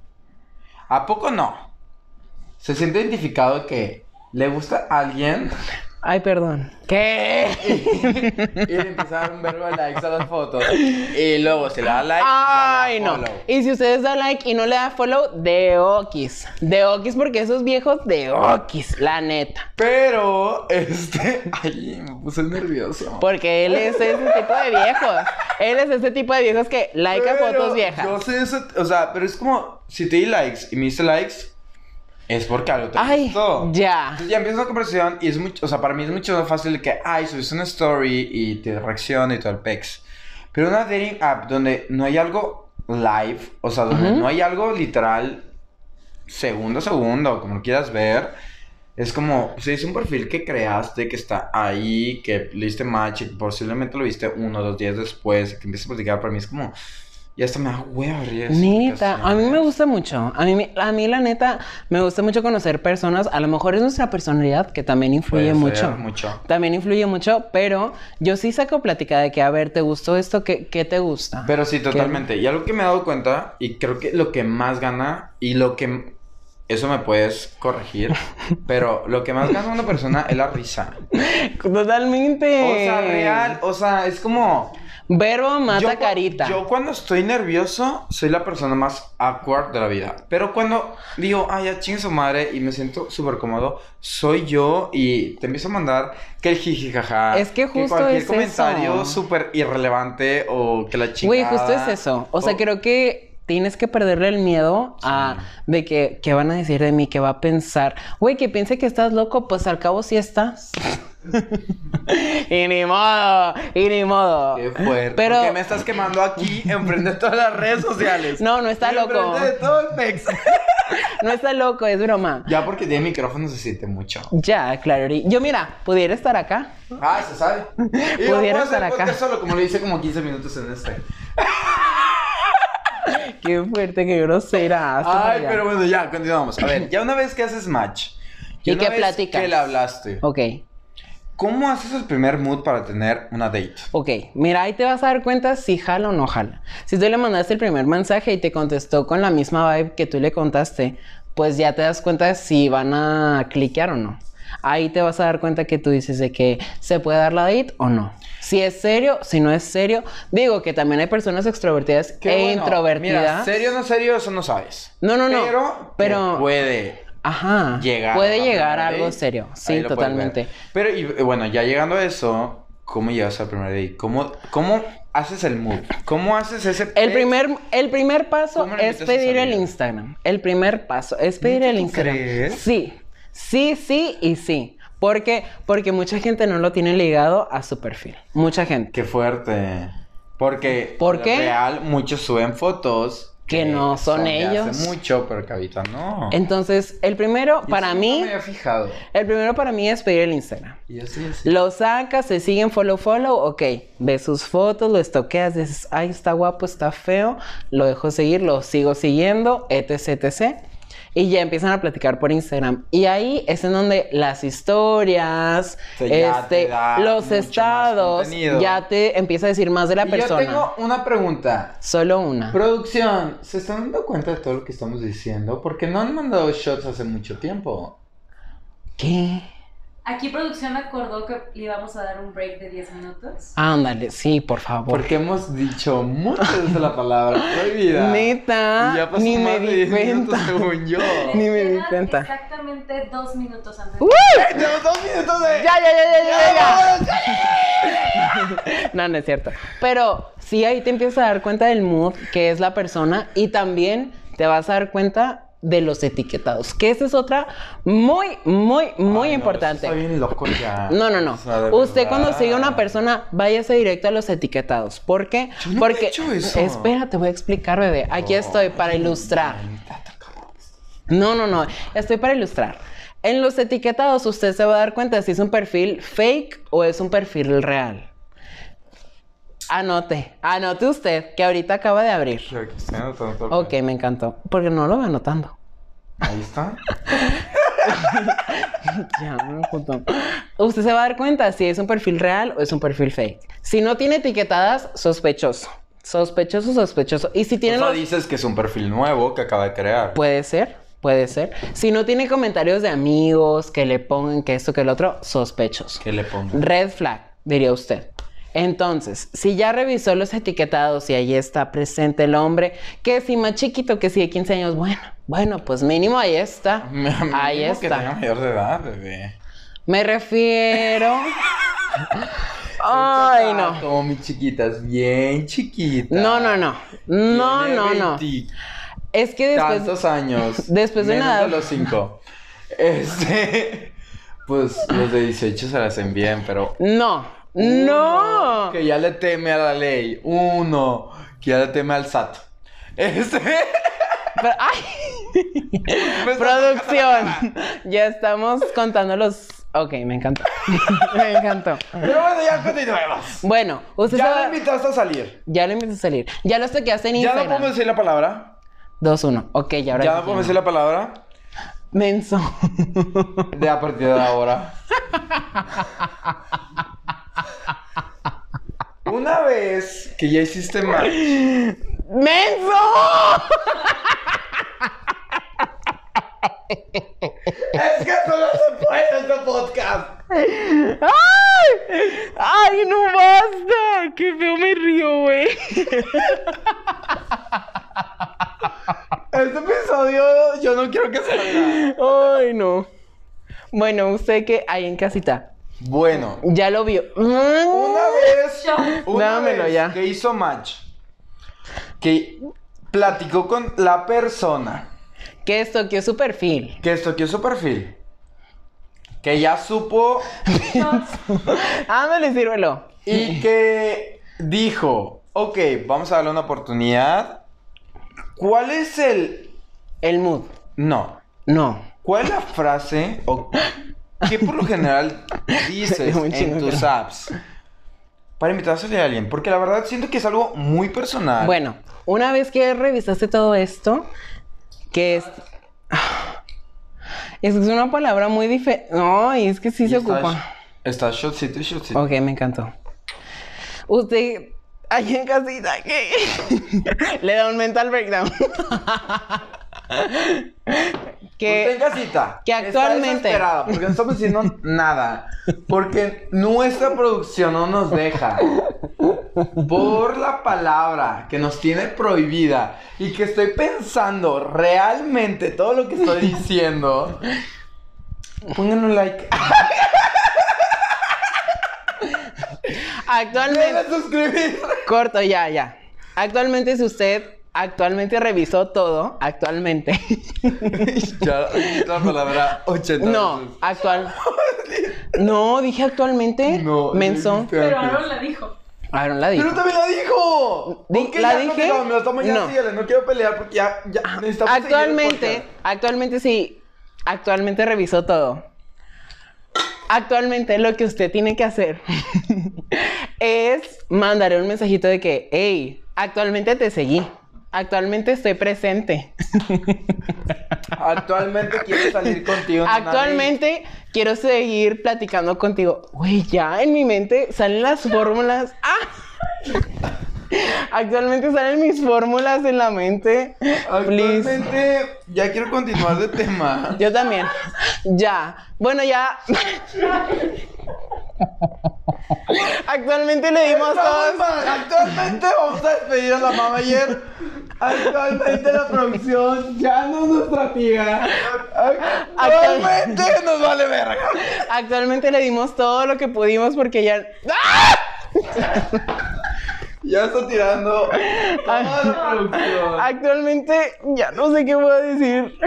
Speaker 2: ¿A poco no? Se siente identificado que le gusta a alguien
Speaker 1: Ay, perdón. ¿Qué?
Speaker 2: y le empieza a dar un verbo de likes a las fotos. Y luego se le da like.
Speaker 1: Ay,
Speaker 2: le da
Speaker 1: no.
Speaker 2: follow.
Speaker 1: Y si ustedes dan like y no le dan follow, de okis. De okis porque esos viejos de okis, la neta.
Speaker 2: Pero, este. Ay, me puse nervioso.
Speaker 1: Porque él es ese tipo de viejos. Él es ese tipo de viejos que like a
Speaker 2: Pero
Speaker 1: fotos viejas.
Speaker 2: Yo sé eso. O sea, pero es como. Si te di likes y me diste likes, es porque algo te
Speaker 1: Ay,
Speaker 2: gustó.
Speaker 1: ya.
Speaker 2: Entonces ya empieza una conversación y es mucho. O sea, para mí es mucho más fácil que. Ay, subes una story y te reacciona y todo el pex. Pero una dating app donde no hay algo live, o sea, donde
Speaker 1: Ujú.
Speaker 2: no hay algo literal segundo a segundo, como lo quieras ver. Es como, si es un perfil que creaste, que está ahí, que le diste match, y que posiblemente lo viste uno o dos días después, que empiezas a platicar, para mí es como, ya hasta me da hueva abrir esas
Speaker 1: Neta, a mí me
Speaker 2: aplicaciones.
Speaker 1: gusta mucho. A mí, me- a mí, la neta, me gusta mucho conocer personas. A lo mejor es nuestra personalidad que también influye
Speaker 2: Puede ser
Speaker 1: mucho.
Speaker 2: mucho.
Speaker 1: También influye mucho, pero yo sí saco plática de que, a ver, ¿te gustó esto? ¿Qué, qué te gusta?
Speaker 2: Pero sí,
Speaker 1: ¿Qué-
Speaker 2: totalmente. Y algo que me he dado cuenta, y creo que lo que más gana, y lo que. Eso me puedes corregir, pero lo que más gana una persona es la risa.
Speaker 1: Totalmente.
Speaker 2: O sea, real, o sea, es como.
Speaker 1: Verbo Eh. mata
Speaker 2: yo, cua-
Speaker 1: carita.
Speaker 2: Yo cuando estoy nervioso soy la persona más awkward de la vida. Pero cuando digo, ay, ya chingue su madre y me siento súper cómodo, soy yo y te empiezo a mandar que el jiji jaja.
Speaker 1: Es que justo
Speaker 2: cualquier
Speaker 1: es
Speaker 2: comentario
Speaker 1: eso.
Speaker 2: súper irrelevante o que la chingada. Oh.
Speaker 1: Güey, justo es eso. O sea, creo que Tienes que perderle el miedo a de que qué van a decir de mí, qué va a pensar. Güey, que piense que estás loco, pues al cabo sí estás. y ni modo, y ni modo.
Speaker 2: Qué fuerte.
Speaker 1: Pero
Speaker 2: ¿Por qué me estás quemando aquí enfrente de todas las redes sociales?
Speaker 1: No, no está
Speaker 2: Y
Speaker 1: loco.
Speaker 2: Enfrente de todo el Mex.
Speaker 1: no está loco, es broma.
Speaker 2: ya porque tiene micrófono se siente mucho.
Speaker 1: Ya, claro. y- Yo mira, pudiera estar acá.
Speaker 2: Ah, se sabe. Y
Speaker 1: Pudiera
Speaker 2: lo puedo
Speaker 1: estar
Speaker 2: hacer
Speaker 1: acá.
Speaker 2: podcast solo, como le hice como 15 minutos en este.
Speaker 1: Qué fuerte, qué grosera. hazte para
Speaker 2: Ay,
Speaker 1: allá.
Speaker 2: pero bueno, ya, continuamos. A ver, ya una vez que haces match.
Speaker 1: ¿Y
Speaker 2: ya una
Speaker 1: qué
Speaker 2: vez
Speaker 1: platicas?
Speaker 2: Que le hablaste.
Speaker 1: Ok,
Speaker 2: ¿Cómo haces el primer mood para tener una date?
Speaker 1: ok. Mira, ahí te vas a dar cuenta si jala o no jala. Si tú le mandaste el primer mensaje y te contestó con la misma vibe que tú le contaste, pues ya te das cuenta de si van a cliquear o no. Ahí te vas a dar cuenta que tú dices de que se puede dar la date o no. Si es serio, si no es serio. Digo que también hay personas extrovertidas
Speaker 2: Qué
Speaker 1: e
Speaker 2: bueno.
Speaker 1: introvertidas.
Speaker 2: Mira, serio o no serio, eso no sabes.
Speaker 1: No, no, no.
Speaker 2: Pero,
Speaker 1: Pero-
Speaker 2: que puede
Speaker 1: Ajá.
Speaker 2: llegar.
Speaker 1: Puede
Speaker 2: a la
Speaker 1: llegar a
Speaker 2: primera
Speaker 1: algo
Speaker 2: date.
Speaker 1: serio.
Speaker 2: Ahí
Speaker 1: Sí,
Speaker 2: lo puedes ver.
Speaker 1: totalmente.
Speaker 2: Pero, y, eh, bueno, ya llegando a eso, ¿cómo llegas al primer date? ¿Cómo, cómo haces el mood? ¿Cómo haces ese...
Speaker 1: El primer, el primer paso
Speaker 2: ¿Cómo le
Speaker 1: es
Speaker 2: invitas a
Speaker 1: pedir el
Speaker 2: salir?
Speaker 1: Instagram. El primer paso es pedir el
Speaker 2: ¿Tú
Speaker 1: Instagram.
Speaker 2: crees?
Speaker 1: Sí, sí, sí y sí. Porque, porque mucha gente no lo tiene ligado a su perfil. Mucha gente.
Speaker 2: Qué fuerte. Porque
Speaker 1: ¿Por qué?
Speaker 2: real muchos suben fotos
Speaker 1: Que no son
Speaker 2: de hace
Speaker 1: ellos.
Speaker 2: mucho, pero que ahorita no.
Speaker 1: Entonces, el primero
Speaker 2: Y
Speaker 1: para
Speaker 2: eso No
Speaker 1: mí,
Speaker 2: me había fijado.
Speaker 1: el primero para mí es pedir el Instagram.
Speaker 2: Y yo sí, así.
Speaker 1: Lo sacas, se siguen follow, follow, ok. Ves sus fotos, lo estoqueas, dices, ay, está guapo, está feo, lo dejo seguir, lo sigo siguiendo, etc, etc. Y ya empiezan a platicar por Instagram. Y ahí es en donde las historias,
Speaker 2: O sea, ya
Speaker 1: este,
Speaker 2: te da
Speaker 1: los
Speaker 2: mucho más
Speaker 1: estados,
Speaker 2: contenido.
Speaker 1: ya te empieza a decir más de la
Speaker 2: Y
Speaker 1: persona.
Speaker 2: Yo tengo una pregunta.
Speaker 1: Solo una.
Speaker 2: Producción, ¿se están dando cuenta de todo lo que estamos diciendo? Porque no han mandado shots hace mucho tiempo.
Speaker 1: ¿Qué?
Speaker 3: Aquí producción acordó que le íbamos a dar un break de 10 minutos.
Speaker 1: Ándale, sí, por favor.
Speaker 2: Porque hemos dicho muchas veces la palabra prohibida.
Speaker 1: Neta,
Speaker 2: Y ya pasó
Speaker 1: ni me
Speaker 2: más de
Speaker 1: di
Speaker 2: 10 minutos,
Speaker 1: cuenta.
Speaker 2: según yo.
Speaker 1: Ni me di
Speaker 3: Quedan
Speaker 1: cuenta.
Speaker 3: Exactamente dos minutos antes.
Speaker 1: ¡Uh!
Speaker 2: Tenemos dos minutos de...
Speaker 1: ya, ya, ya, ya, ya, ya. No, no es cierto. Pero sí, ahí te empiezas a dar cuenta del mood que es la persona y también te vas a dar cuenta de los etiquetados, que esa es otra muy, muy, muy
Speaker 2: Ay, no,
Speaker 1: importante.
Speaker 2: eso Está bien loco ya.
Speaker 1: No, no, no.
Speaker 2: O sea, de
Speaker 1: Usted
Speaker 2: verdad.
Speaker 1: cuando sigue a una persona, váyase directo a los etiquetados. ¿Por qué?
Speaker 2: Yo nunca
Speaker 1: Porque.
Speaker 2: he hecho eso.
Speaker 1: Espera, te voy a explicar, bebé.
Speaker 2: Oh,
Speaker 1: Aquí estoy para ilustrar. No, no, no. Estoy para ilustrar. En los etiquetados, usted se va a dar cuenta si es un perfil fake o es un perfil real. Anote, anote usted, que ahorita acaba de abrir.
Speaker 2: Claro que estoy anotando todo.
Speaker 1: Ok, me encantó. Porque no lo va anotando.
Speaker 2: Ahí está.
Speaker 1: Ya, me apuntó. Usted se va a dar cuenta si es un perfil real o es un perfil fake. Si no tiene etiquetadas, sospechoso. Sospechoso, sospechoso. Y si tiene
Speaker 2: O sea,
Speaker 1: los- Pues,
Speaker 2: dices que es un perfil nuevo que acaba de crear.
Speaker 1: Puede ser, puede ser. Si no tiene comentarios de amigos que le pongan que esto, que el otro, sospechoso.
Speaker 2: ¿Qué le pongo?
Speaker 1: Red flag, diría usted. Entonces, si ya revisó los etiquetados y ahí está presente el hombre, que si más chiquito, que si de 15 años, bueno, bueno, pues mínimo ahí está. Ahí
Speaker 2: Mínimo Que
Speaker 1: está.
Speaker 2: tenga mayor de edad, bebé.
Speaker 1: Me refiero. Ay, no.
Speaker 2: Como mis chiquitas, bien chiquitas.
Speaker 1: No, no, no. No,
Speaker 2: Tiene
Speaker 1: no, no.
Speaker 2: 20
Speaker 1: Es que después.
Speaker 2: Tantos años.
Speaker 1: después de
Speaker 2: menos
Speaker 1: una edad-
Speaker 2: de los 5. Este. Pues los de 18 se la hacen bien, pero.
Speaker 1: No,
Speaker 2: uno
Speaker 1: no.
Speaker 2: Que ya le teme a la ley. Uno. Que ya le teme al SAT. Este. pues,
Speaker 1: Pero- ¡Ay! Producción. Ya estamos contando los. Ok, me encantó. Me encantó.
Speaker 2: Pero bueno, ya continuemos.
Speaker 1: Bueno, usted
Speaker 2: Ya la
Speaker 1: sabe.
Speaker 2: invitaste a salir.
Speaker 1: Ya lo invito a salir. Ya lo toqueaste en
Speaker 2: Ya no podemos
Speaker 1: Instagram.
Speaker 2: decir la palabra.
Speaker 1: 2-1. Ok, ya ahora.
Speaker 2: Ya
Speaker 1: sí
Speaker 2: no podemos decir la palabra.
Speaker 1: Menso.
Speaker 2: De a partir de ahora. Una vez que ya hiciste mal.
Speaker 1: ¡Menso!
Speaker 2: Es que solo se puede este podcast.
Speaker 1: ¡Ay! ¡Ay, no basta! ¡Qué feo me río, güey!
Speaker 2: Este episodio yo no quiero que salga.
Speaker 1: ¡Ay, no! Bueno, usted que hay en casita,
Speaker 2: Bueno,
Speaker 1: ya lo vio.
Speaker 2: una vez, una
Speaker 1: Dámelo
Speaker 2: vez
Speaker 1: ya.
Speaker 2: que hizo match, que platicó con la persona
Speaker 1: Que estoqueó su perfil.
Speaker 2: que estoqueó su perfil, que ya supo
Speaker 1: Ándale, sírvelo.
Speaker 2: y que dijo, ok, vamos a darle una oportunidad. ¿Cuál es el...
Speaker 1: El mood.
Speaker 2: No,
Speaker 1: No.
Speaker 2: ¿Cuál es la frase o qué por lo general dices
Speaker 1: Es muy
Speaker 2: en
Speaker 1: chingón,
Speaker 2: tus
Speaker 1: pero-
Speaker 2: apps para invitar a salir a alguien? Porque la verdad siento que es algo muy personal.
Speaker 1: Bueno, una vez que revisaste todo esto, que es. Es que es una palabra muy diferente. No, y es que sí
Speaker 2: Y
Speaker 1: se
Speaker 2: está-
Speaker 1: ocupa.
Speaker 2: Está shotcito y shotcito.
Speaker 1: Ok, me encantó. Usted, ahí en casita, que le da un mental breakdown.
Speaker 2: Usted en
Speaker 1: que
Speaker 2: casita.
Speaker 1: que
Speaker 2: está
Speaker 1: actualmente-
Speaker 2: desesperada porque no estamos diciendo nada. Porque nuestra producción no nos deja. Por la palabra que nos tiene prohibida y que estoy pensando realmente todo lo que estoy diciendo. Pongan un like.
Speaker 1: actualmente.
Speaker 2: Denle suscribir.
Speaker 1: Corto, ya, ya. Actualmente, si usted actualmente revisó todo, actualmente.
Speaker 2: Ya, la palabra 80.
Speaker 1: No, actual. No, dije actualmente.
Speaker 2: No,
Speaker 1: Menso.
Speaker 2: dijiste antes.
Speaker 3: la dijo.
Speaker 1: Aaron la dijo.
Speaker 2: Pero también la dijo.
Speaker 1: Di-
Speaker 2: Ok,
Speaker 1: ¿la
Speaker 2: ya,
Speaker 1: dije?
Speaker 2: No, me lo tomo ya,
Speaker 1: No.
Speaker 2: síguele, no quiero pelear porque ya, ya necesitamos seguir el
Speaker 1: Actualmente,
Speaker 2: podcast.
Speaker 1: actualmente sí. Actualmente revisó todo. Actualmente lo que usted tiene que hacer es mandarle un mensajito de que, hey, actualmente te seguí. Actualmente estoy presente.
Speaker 2: Actualmente quiero salir contigo. en una
Speaker 1: Actualmente quiero seguir platicando contigo. Güey, ya en mi mente salen las fórmulas. ¡Ah! Actualmente salen mis fórmulas en la mente.
Speaker 2: date.
Speaker 1: Please.
Speaker 2: Actualmente ya quiero continuar de tema.
Speaker 1: Yo también. Ya. Bueno, ya. Actualmente le dimos
Speaker 2: Estamos
Speaker 1: todos.
Speaker 2: mal. Actualmente vamos a despedir a la mamá ayer. Actualmente la producción ya no nos fatiga. Actualmente nos vale verga.
Speaker 1: Actualmente le dimos todo lo que pudimos porque ya.
Speaker 2: Ya está tirando toda la producción.
Speaker 1: Actualmente ya no sé qué voy a decir.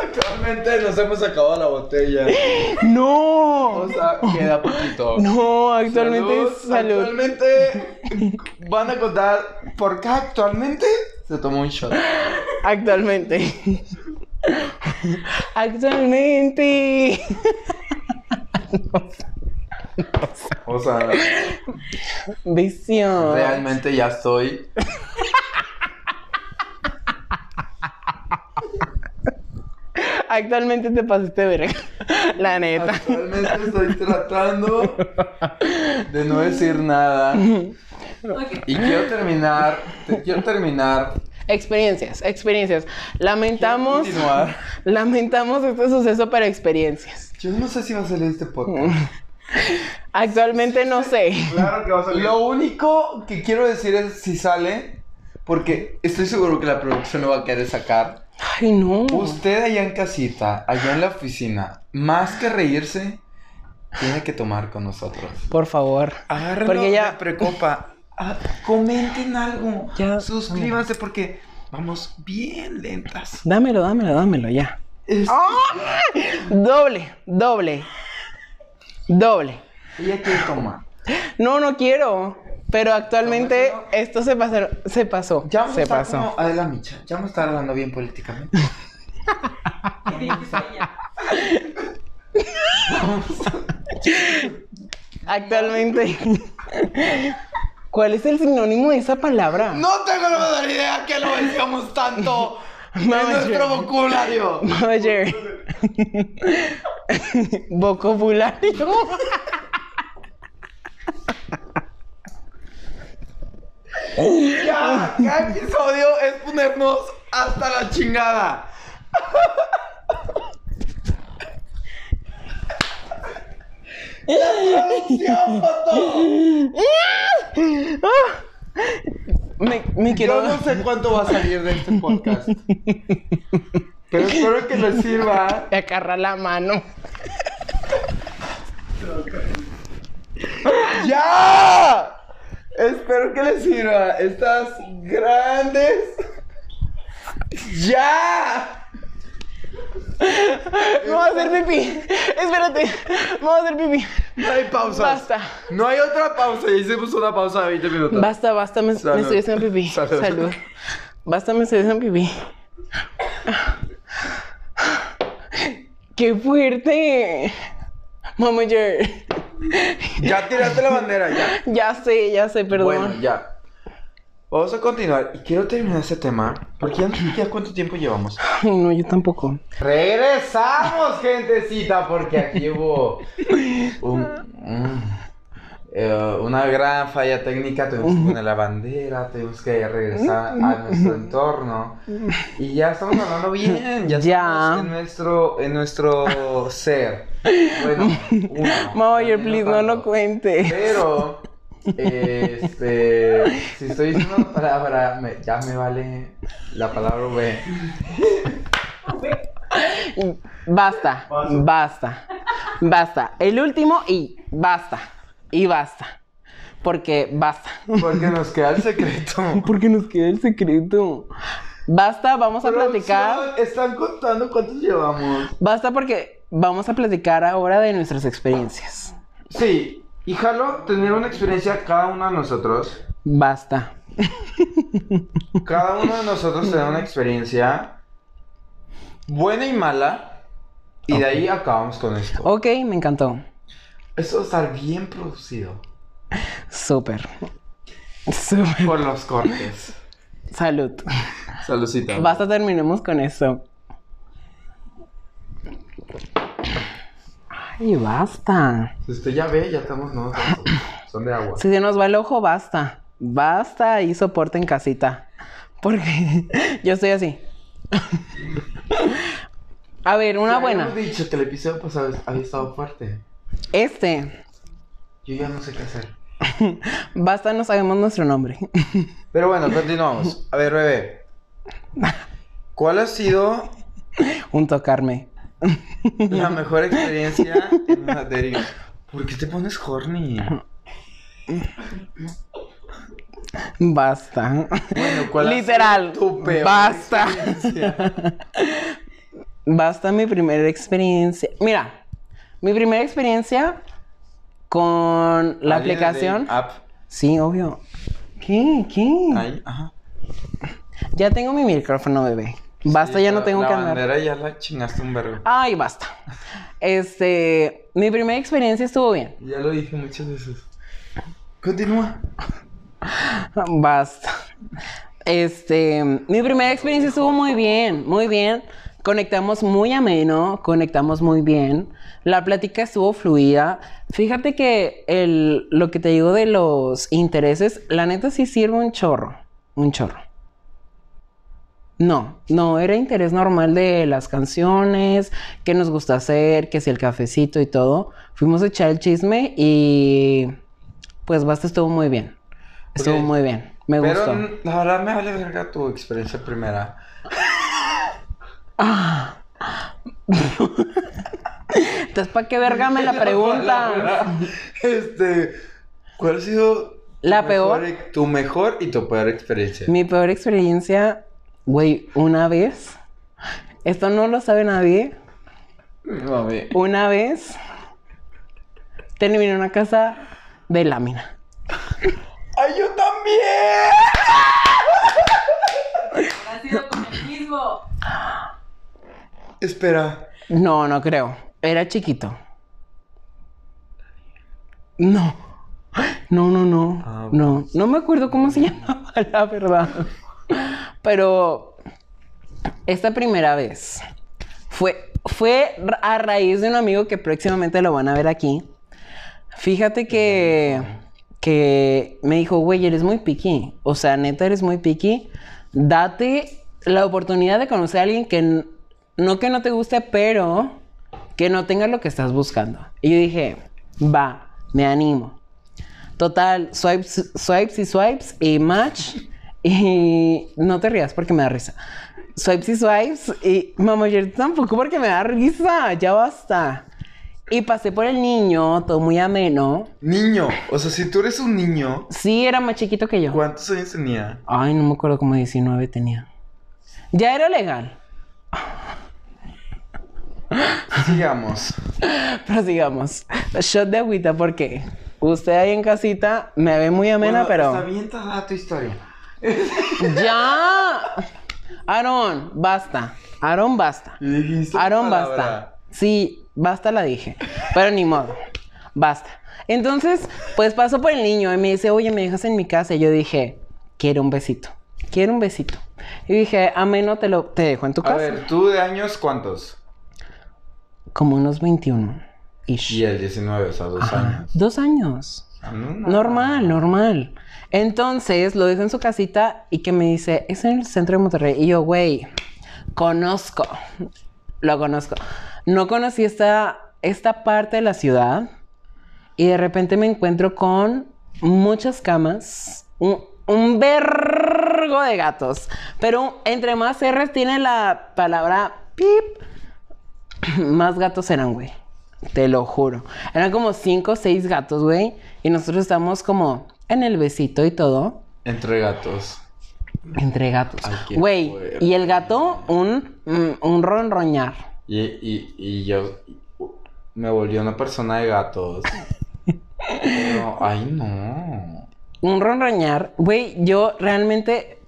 Speaker 2: Actualmente nos hemos acabado la botella.
Speaker 1: No.
Speaker 2: O sea, queda poquito.
Speaker 1: No, actualmente
Speaker 2: Salud.
Speaker 1: es salud.
Speaker 2: Actualmente van a contar por qué actualmente se tomó un shot.
Speaker 1: Actualmente. Actualmente.
Speaker 2: O sea,
Speaker 1: Visión.
Speaker 2: realmente ya estoy.
Speaker 1: Actualmente te pasaste verga. La neta.
Speaker 2: Actualmente estoy tratando de no decir nada. Y quiero terminar. te- quiero terminar.
Speaker 1: Experiencias, experiencias. Lamentamos.
Speaker 2: Continuar.
Speaker 1: Lamentamos este suceso para experiencias.
Speaker 2: Yo no sé si va a salir este podcast.
Speaker 1: Actualmente no sé.
Speaker 4: Claro que va a salir.
Speaker 2: Lo único que quiero decir es si sale, porque estoy seguro que la producción lo va a querer sacar.
Speaker 1: Ay, no.
Speaker 2: Usted allá en casita, allá en la oficina, más que reírse, tiene que tomar con nosotros.
Speaker 1: Por favor.
Speaker 2: Agárrenlo
Speaker 1: Porque ya.
Speaker 2: de precopa. Ah, comenten algo.
Speaker 1: Ya.
Speaker 2: Suscríbanse porque vamos bien lentas. Ah.
Speaker 1: Dámelo, dámelo, dámelo, ya.
Speaker 2: Es-
Speaker 1: Doble, doble. Doble.
Speaker 2: Ella quiere tomar.
Speaker 1: No, no quiero. Pero actualmente
Speaker 2: Tómatelo.
Speaker 1: esto se pasó. Se pasó.
Speaker 2: Ya vamos a
Speaker 1: se
Speaker 2: estar
Speaker 1: pasó.
Speaker 2: como Adela Micha. Ya vamos a estar hablando bien políticamente.
Speaker 1: Actualmente. ¿Cuál es el sinónimo de esa palabra?
Speaker 2: No tengo la menor idea que lo decíamos tanto en
Speaker 1: Mamá,
Speaker 2: nuestro
Speaker 1: yo-
Speaker 2: vocabulario.
Speaker 1: Oye. Vocabulario.
Speaker 2: Ya, cada episodio es ponernos hasta la chingada.
Speaker 1: Me, me quiero.
Speaker 2: Yo no sé cuánto va a salir de este podcast. Pero espero que les sirva.
Speaker 1: me agarra la mano.
Speaker 2: ¡Ya! Espero que les sirva estas grandes. ¡Ya!
Speaker 1: Me voy a hacer pipí. Espérate. Me voy a hacer pipí.
Speaker 2: No hay pausas.
Speaker 1: Basta.
Speaker 2: No hay otra pausa. Hicimos una pausa de 20 minutos.
Speaker 1: Basta, basta. Me, me
Speaker 2: Salud.
Speaker 1: estoy haciendo pipí.
Speaker 2: Salud.
Speaker 1: Salud. Basta, me estoy haciendo pipí. ¡Qué fuerte! Mamá, yo...
Speaker 2: Ya tiraste la bandera, ya.
Speaker 1: Ya sé, ya sé, perdón.
Speaker 2: Bueno, ya. Vamos a continuar. Y quiero terminar este tema. Porque ya no sé ya cuánto tiempo llevamos.
Speaker 1: Ay, no, yo tampoco.
Speaker 2: Regresamos, gentecita, porque aquí hubo un- un- eh, una gran falla técnica. Tuvimos que poner la bandera, tuvimos que regresar a nuestro entorno. Y ya estamos hablando bien, ya,
Speaker 1: Ya.
Speaker 2: estamos en nuestro, en nuestro ser. Bueno, uno,
Speaker 1: Mamá, yo,
Speaker 2: también
Speaker 1: please, no lo
Speaker 2: tanto.
Speaker 1: cuente.
Speaker 2: Pero, eh, este, si estoy diciendo una palabra, me- ya me vale la palabra V.
Speaker 1: Basta, basta, basta. El último y basta, y basta. Porque basta.
Speaker 2: Porque nos queda el secreto.
Speaker 1: Porque nos queda el secreto. Basta, vamos a platicar.
Speaker 2: Producción, Están contando cuántos llevamos.
Speaker 1: Basta porque vamos a platicar ahora de nuestras experiencias.
Speaker 2: Sí, y jalo tener una experiencia cada uno de nosotros.
Speaker 1: Basta.
Speaker 2: Cada uno de nosotros tener una experiencia buena y mala. Y de ahí acabamos con esto.
Speaker 1: Ok, me encantó.
Speaker 2: Esto va a estar bien producido
Speaker 1: Súper. Súper.
Speaker 2: por los cortes.
Speaker 1: Salud.
Speaker 2: Salucita.
Speaker 1: Basta, terminemos con eso. Ay, basta.
Speaker 2: Si usted ya ve, ya estamos, no, estamos- son de agua.
Speaker 1: Si se nos va el ojo, basta. Basta y soporte en casita. Porque yo estoy así. A ver, una
Speaker 2: Ya
Speaker 1: buena.
Speaker 2: Habíamos dicho que el episodio pasado había estado fuerte.
Speaker 1: Este.
Speaker 2: Yo ya no sé qué hacer.
Speaker 1: Basta, no sabemos nuestro nombre.
Speaker 2: Pero bueno, continuamos. A ver, bebé. ¿Cuál ha sido
Speaker 1: Un tocarme.
Speaker 2: la mejor experiencia en una deriva? ¿Por qué te pones horny?
Speaker 1: Basta.
Speaker 2: Bueno, ¿cuál ha
Speaker 1: Literal,
Speaker 2: sido tu peor
Speaker 1: basta.
Speaker 2: experiencia?
Speaker 1: Basta mi primera experiencia. Mira, mi primera experiencia con la
Speaker 2: ¿Alguien
Speaker 1: aplicación.
Speaker 2: de App.
Speaker 1: Sí, obvio. ¿Qué? ¿Qué?
Speaker 2: Ahí, ajá.
Speaker 1: Ya tengo mi micrófono, bebé. Basta,
Speaker 2: Sí,
Speaker 1: ya no
Speaker 2: la-
Speaker 1: tengo que
Speaker 2: La
Speaker 1: andar.
Speaker 2: bandera ya la chingaste un verbo.
Speaker 1: Ay, basta. Este, mi primera experiencia estuvo bien.
Speaker 2: Ya lo dije muchas veces. Continúa.
Speaker 1: Basta. Este, mi primera experiencia estuvo muy bien, muy bien. Conectamos muy ameno, conectamos muy bien. La plática estuvo fluida. Fíjate que el, lo que te digo de los intereses, la neta sí sirve un chorro, un chorro. No, no, era interés normal de las canciones, qué nos gusta hacer, que si el cafecito y todo. Fuimos a echar el chisme y pues basta, estuvo muy bien. Estuvo
Speaker 2: Ok.
Speaker 1: muy bien, me
Speaker 2: Pero
Speaker 1: gustó.
Speaker 2: n- la verdad me vale verga tu experiencia primera.
Speaker 1: Entonces, ¿para qué verga me la
Speaker 2: La
Speaker 1: pregunta?
Speaker 2: verdad, este, ¿cuál ha sido
Speaker 1: La
Speaker 2: tu
Speaker 1: peor.
Speaker 2: mejor e- tu mejor y tu peor experiencia?
Speaker 1: Mi peor experiencia, güey, una vez, esto no lo sabe nadie,
Speaker 2: Mami.
Speaker 1: una vez terminé en una casa de lámina.
Speaker 2: ¡Ay, yo también!
Speaker 3: Ha sido con el mismo.
Speaker 2: Espera.
Speaker 1: No, no creo. Era chiquito. No. No, no, no.
Speaker 2: Ah,
Speaker 1: no. No me acuerdo cómo se llamaba, la verdad. Pero esta primera vez fue, fue a raíz de un amigo que próximamente lo van a ver aquí. Fíjate que, que me dijo, güey, eres muy piqui. O sea, neta, eres muy piqui. Date la oportunidad de conocer a alguien que n- no que no te guste, pero que no tenga lo que estás buscando. Y yo dije, va, me animo. Total, swipes, swipes y swipes y match. Y no te rías porque me da risa. Swipes y swipes y mamá, yo tampoco porque me da risa. Ya basta. Y pasé por el niño, todo muy ameno.
Speaker 2: Niño, o sea, si tú eres un niño,
Speaker 1: Sí, era más chiquito que yo.
Speaker 2: ¿cuántos años tenía?
Speaker 1: Ay, no me acuerdo como 19 tenía. Ya era legal.
Speaker 2: Sigamos.
Speaker 1: Pero sigamos. Shot de agüita, porque usted ahí en casita me ve muy amena,
Speaker 2: Bueno,
Speaker 1: pero.
Speaker 2: Está bien tardada tu historia.
Speaker 1: ¡Ya! Aaron, basta. Aaron, basta.
Speaker 2: Y dijiste una
Speaker 1: Aaron,
Speaker 2: palabra.
Speaker 1: basta. Sí, basta la dije. Pero ni modo. Basta. Entonces, pues pasó por el niño y me dice, oye, ¿me dejas en mi casa? Y yo dije, quiero un besito. Quiero un besito. Y dije, ameno, te lo te dejo en tu
Speaker 2: A
Speaker 1: casa.
Speaker 2: ver, ¿tú de años cuántos?
Speaker 1: Como unos 21. Ish.
Speaker 2: Y el 19, o sea, dos
Speaker 1: Ajá.
Speaker 2: años.
Speaker 1: Dos años. Normal, normal. Entonces lo dejo en su casita y que me dice, es en el centro de Monterrey. Y yo, güey, conozco, lo conozco. No conocí esta, esta parte de la ciudad y de repente me encuentro con muchas camas, un, un vergo de gatos. Pero entre más R's tiene la palabra pip, más gatos eran, güey. Te lo juro. Eran como cinco o seis gatos, güey. Y nosotros estamos como en el besito y todo.
Speaker 2: Entre gatos.
Speaker 1: Entre gatos.
Speaker 2: Ay, qué
Speaker 1: Güey,
Speaker 2: fuerte.
Speaker 1: y el gato, un, mm, un ronroñar.
Speaker 2: Y, y, y yo me volví una persona de gatos. Pero, ay, no.
Speaker 1: Un ronroñar. Güey, yo realmente.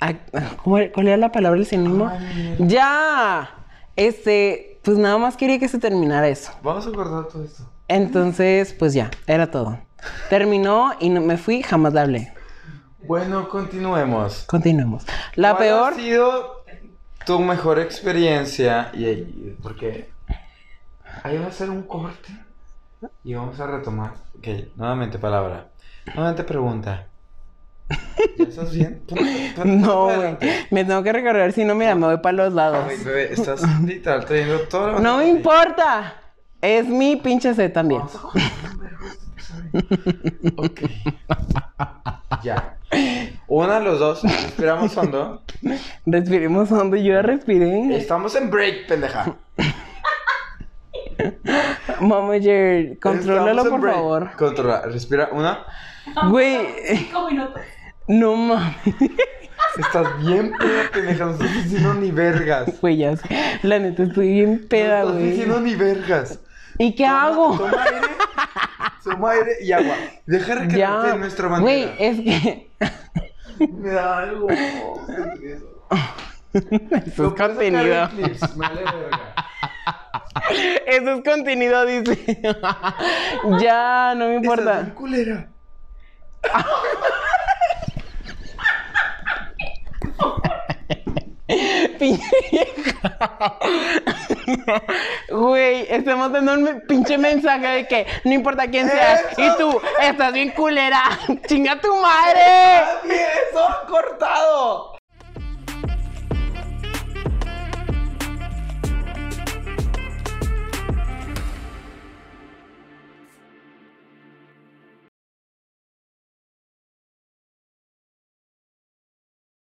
Speaker 1: Ah, ¿cómo era- ¿Cuál era la palabra, el sinónimo?
Speaker 2: Ay, mira.
Speaker 1: ¡Ya! Este, pues nada más quería que se terminara eso.
Speaker 2: Vamos a guardar todo esto.
Speaker 1: Entonces, pues ya, era todo. Terminó y no- me fui, jamás la hablé.
Speaker 2: Bueno, continuemos.
Speaker 1: Continuemos. La
Speaker 2: ¿Cuál
Speaker 1: peor.
Speaker 2: ha sido tu mejor experiencia? Y, y- porque ahí va a ser un corte y vamos a retomar. Ok, nuevamente palabra. Nuevamente pregunta. ¿Ya estás bien? Pon- pon-
Speaker 1: No,
Speaker 2: pon-
Speaker 1: güey. Me tengo que recorrer, si no, mira, me voy para los lados.
Speaker 2: Ay, bebé, estás literal trayendo todo. lo-
Speaker 1: No me importa. Es mi pinche C también.
Speaker 2: Vamos a cortar un vergo este episodio. Ok. Ya. Una, los dos. Respiramos hondo.
Speaker 1: Respiremos hondo. Yo ya respiré.
Speaker 2: Estamos en break, pendeja.
Speaker 1: Momager, contrólalo,
Speaker 2: Estamos en
Speaker 1: por
Speaker 2: break.
Speaker 1: favor.
Speaker 2: Controla. Respira. Una.
Speaker 1: Güey,
Speaker 3: Cinco minutos.
Speaker 1: no mames.
Speaker 2: Estás bien peda, pendeja. No estás diciendo ni vergas.
Speaker 1: Güey, ya sé. La neta, estoy bien peda,
Speaker 2: no estás
Speaker 1: güey.
Speaker 2: diciendo ni vergas.
Speaker 1: ¿Y qué
Speaker 2: Toma-
Speaker 1: hago?
Speaker 2: Toma aire. Toma aire y agua. Deja recargarte
Speaker 1: Ya.
Speaker 2: en nuestra
Speaker 1: Güey, eh.
Speaker 2: bandera.
Speaker 1: es que.
Speaker 2: Me da algo.
Speaker 1: Eso es contenido.
Speaker 2: Me vale verga.
Speaker 1: Eso es contenido, dice. ya, no me
Speaker 2: Estás bien
Speaker 1: importa.
Speaker 2: culera.
Speaker 1: Pinche vieja. Güey, estamos dando un me- pinche mensaje de que no importa quién seas.
Speaker 2: Eso.
Speaker 1: Y tú, estás bien culera. ¡Chinga tu madre!
Speaker 2: ¡Está bien! ¡Eso cortado!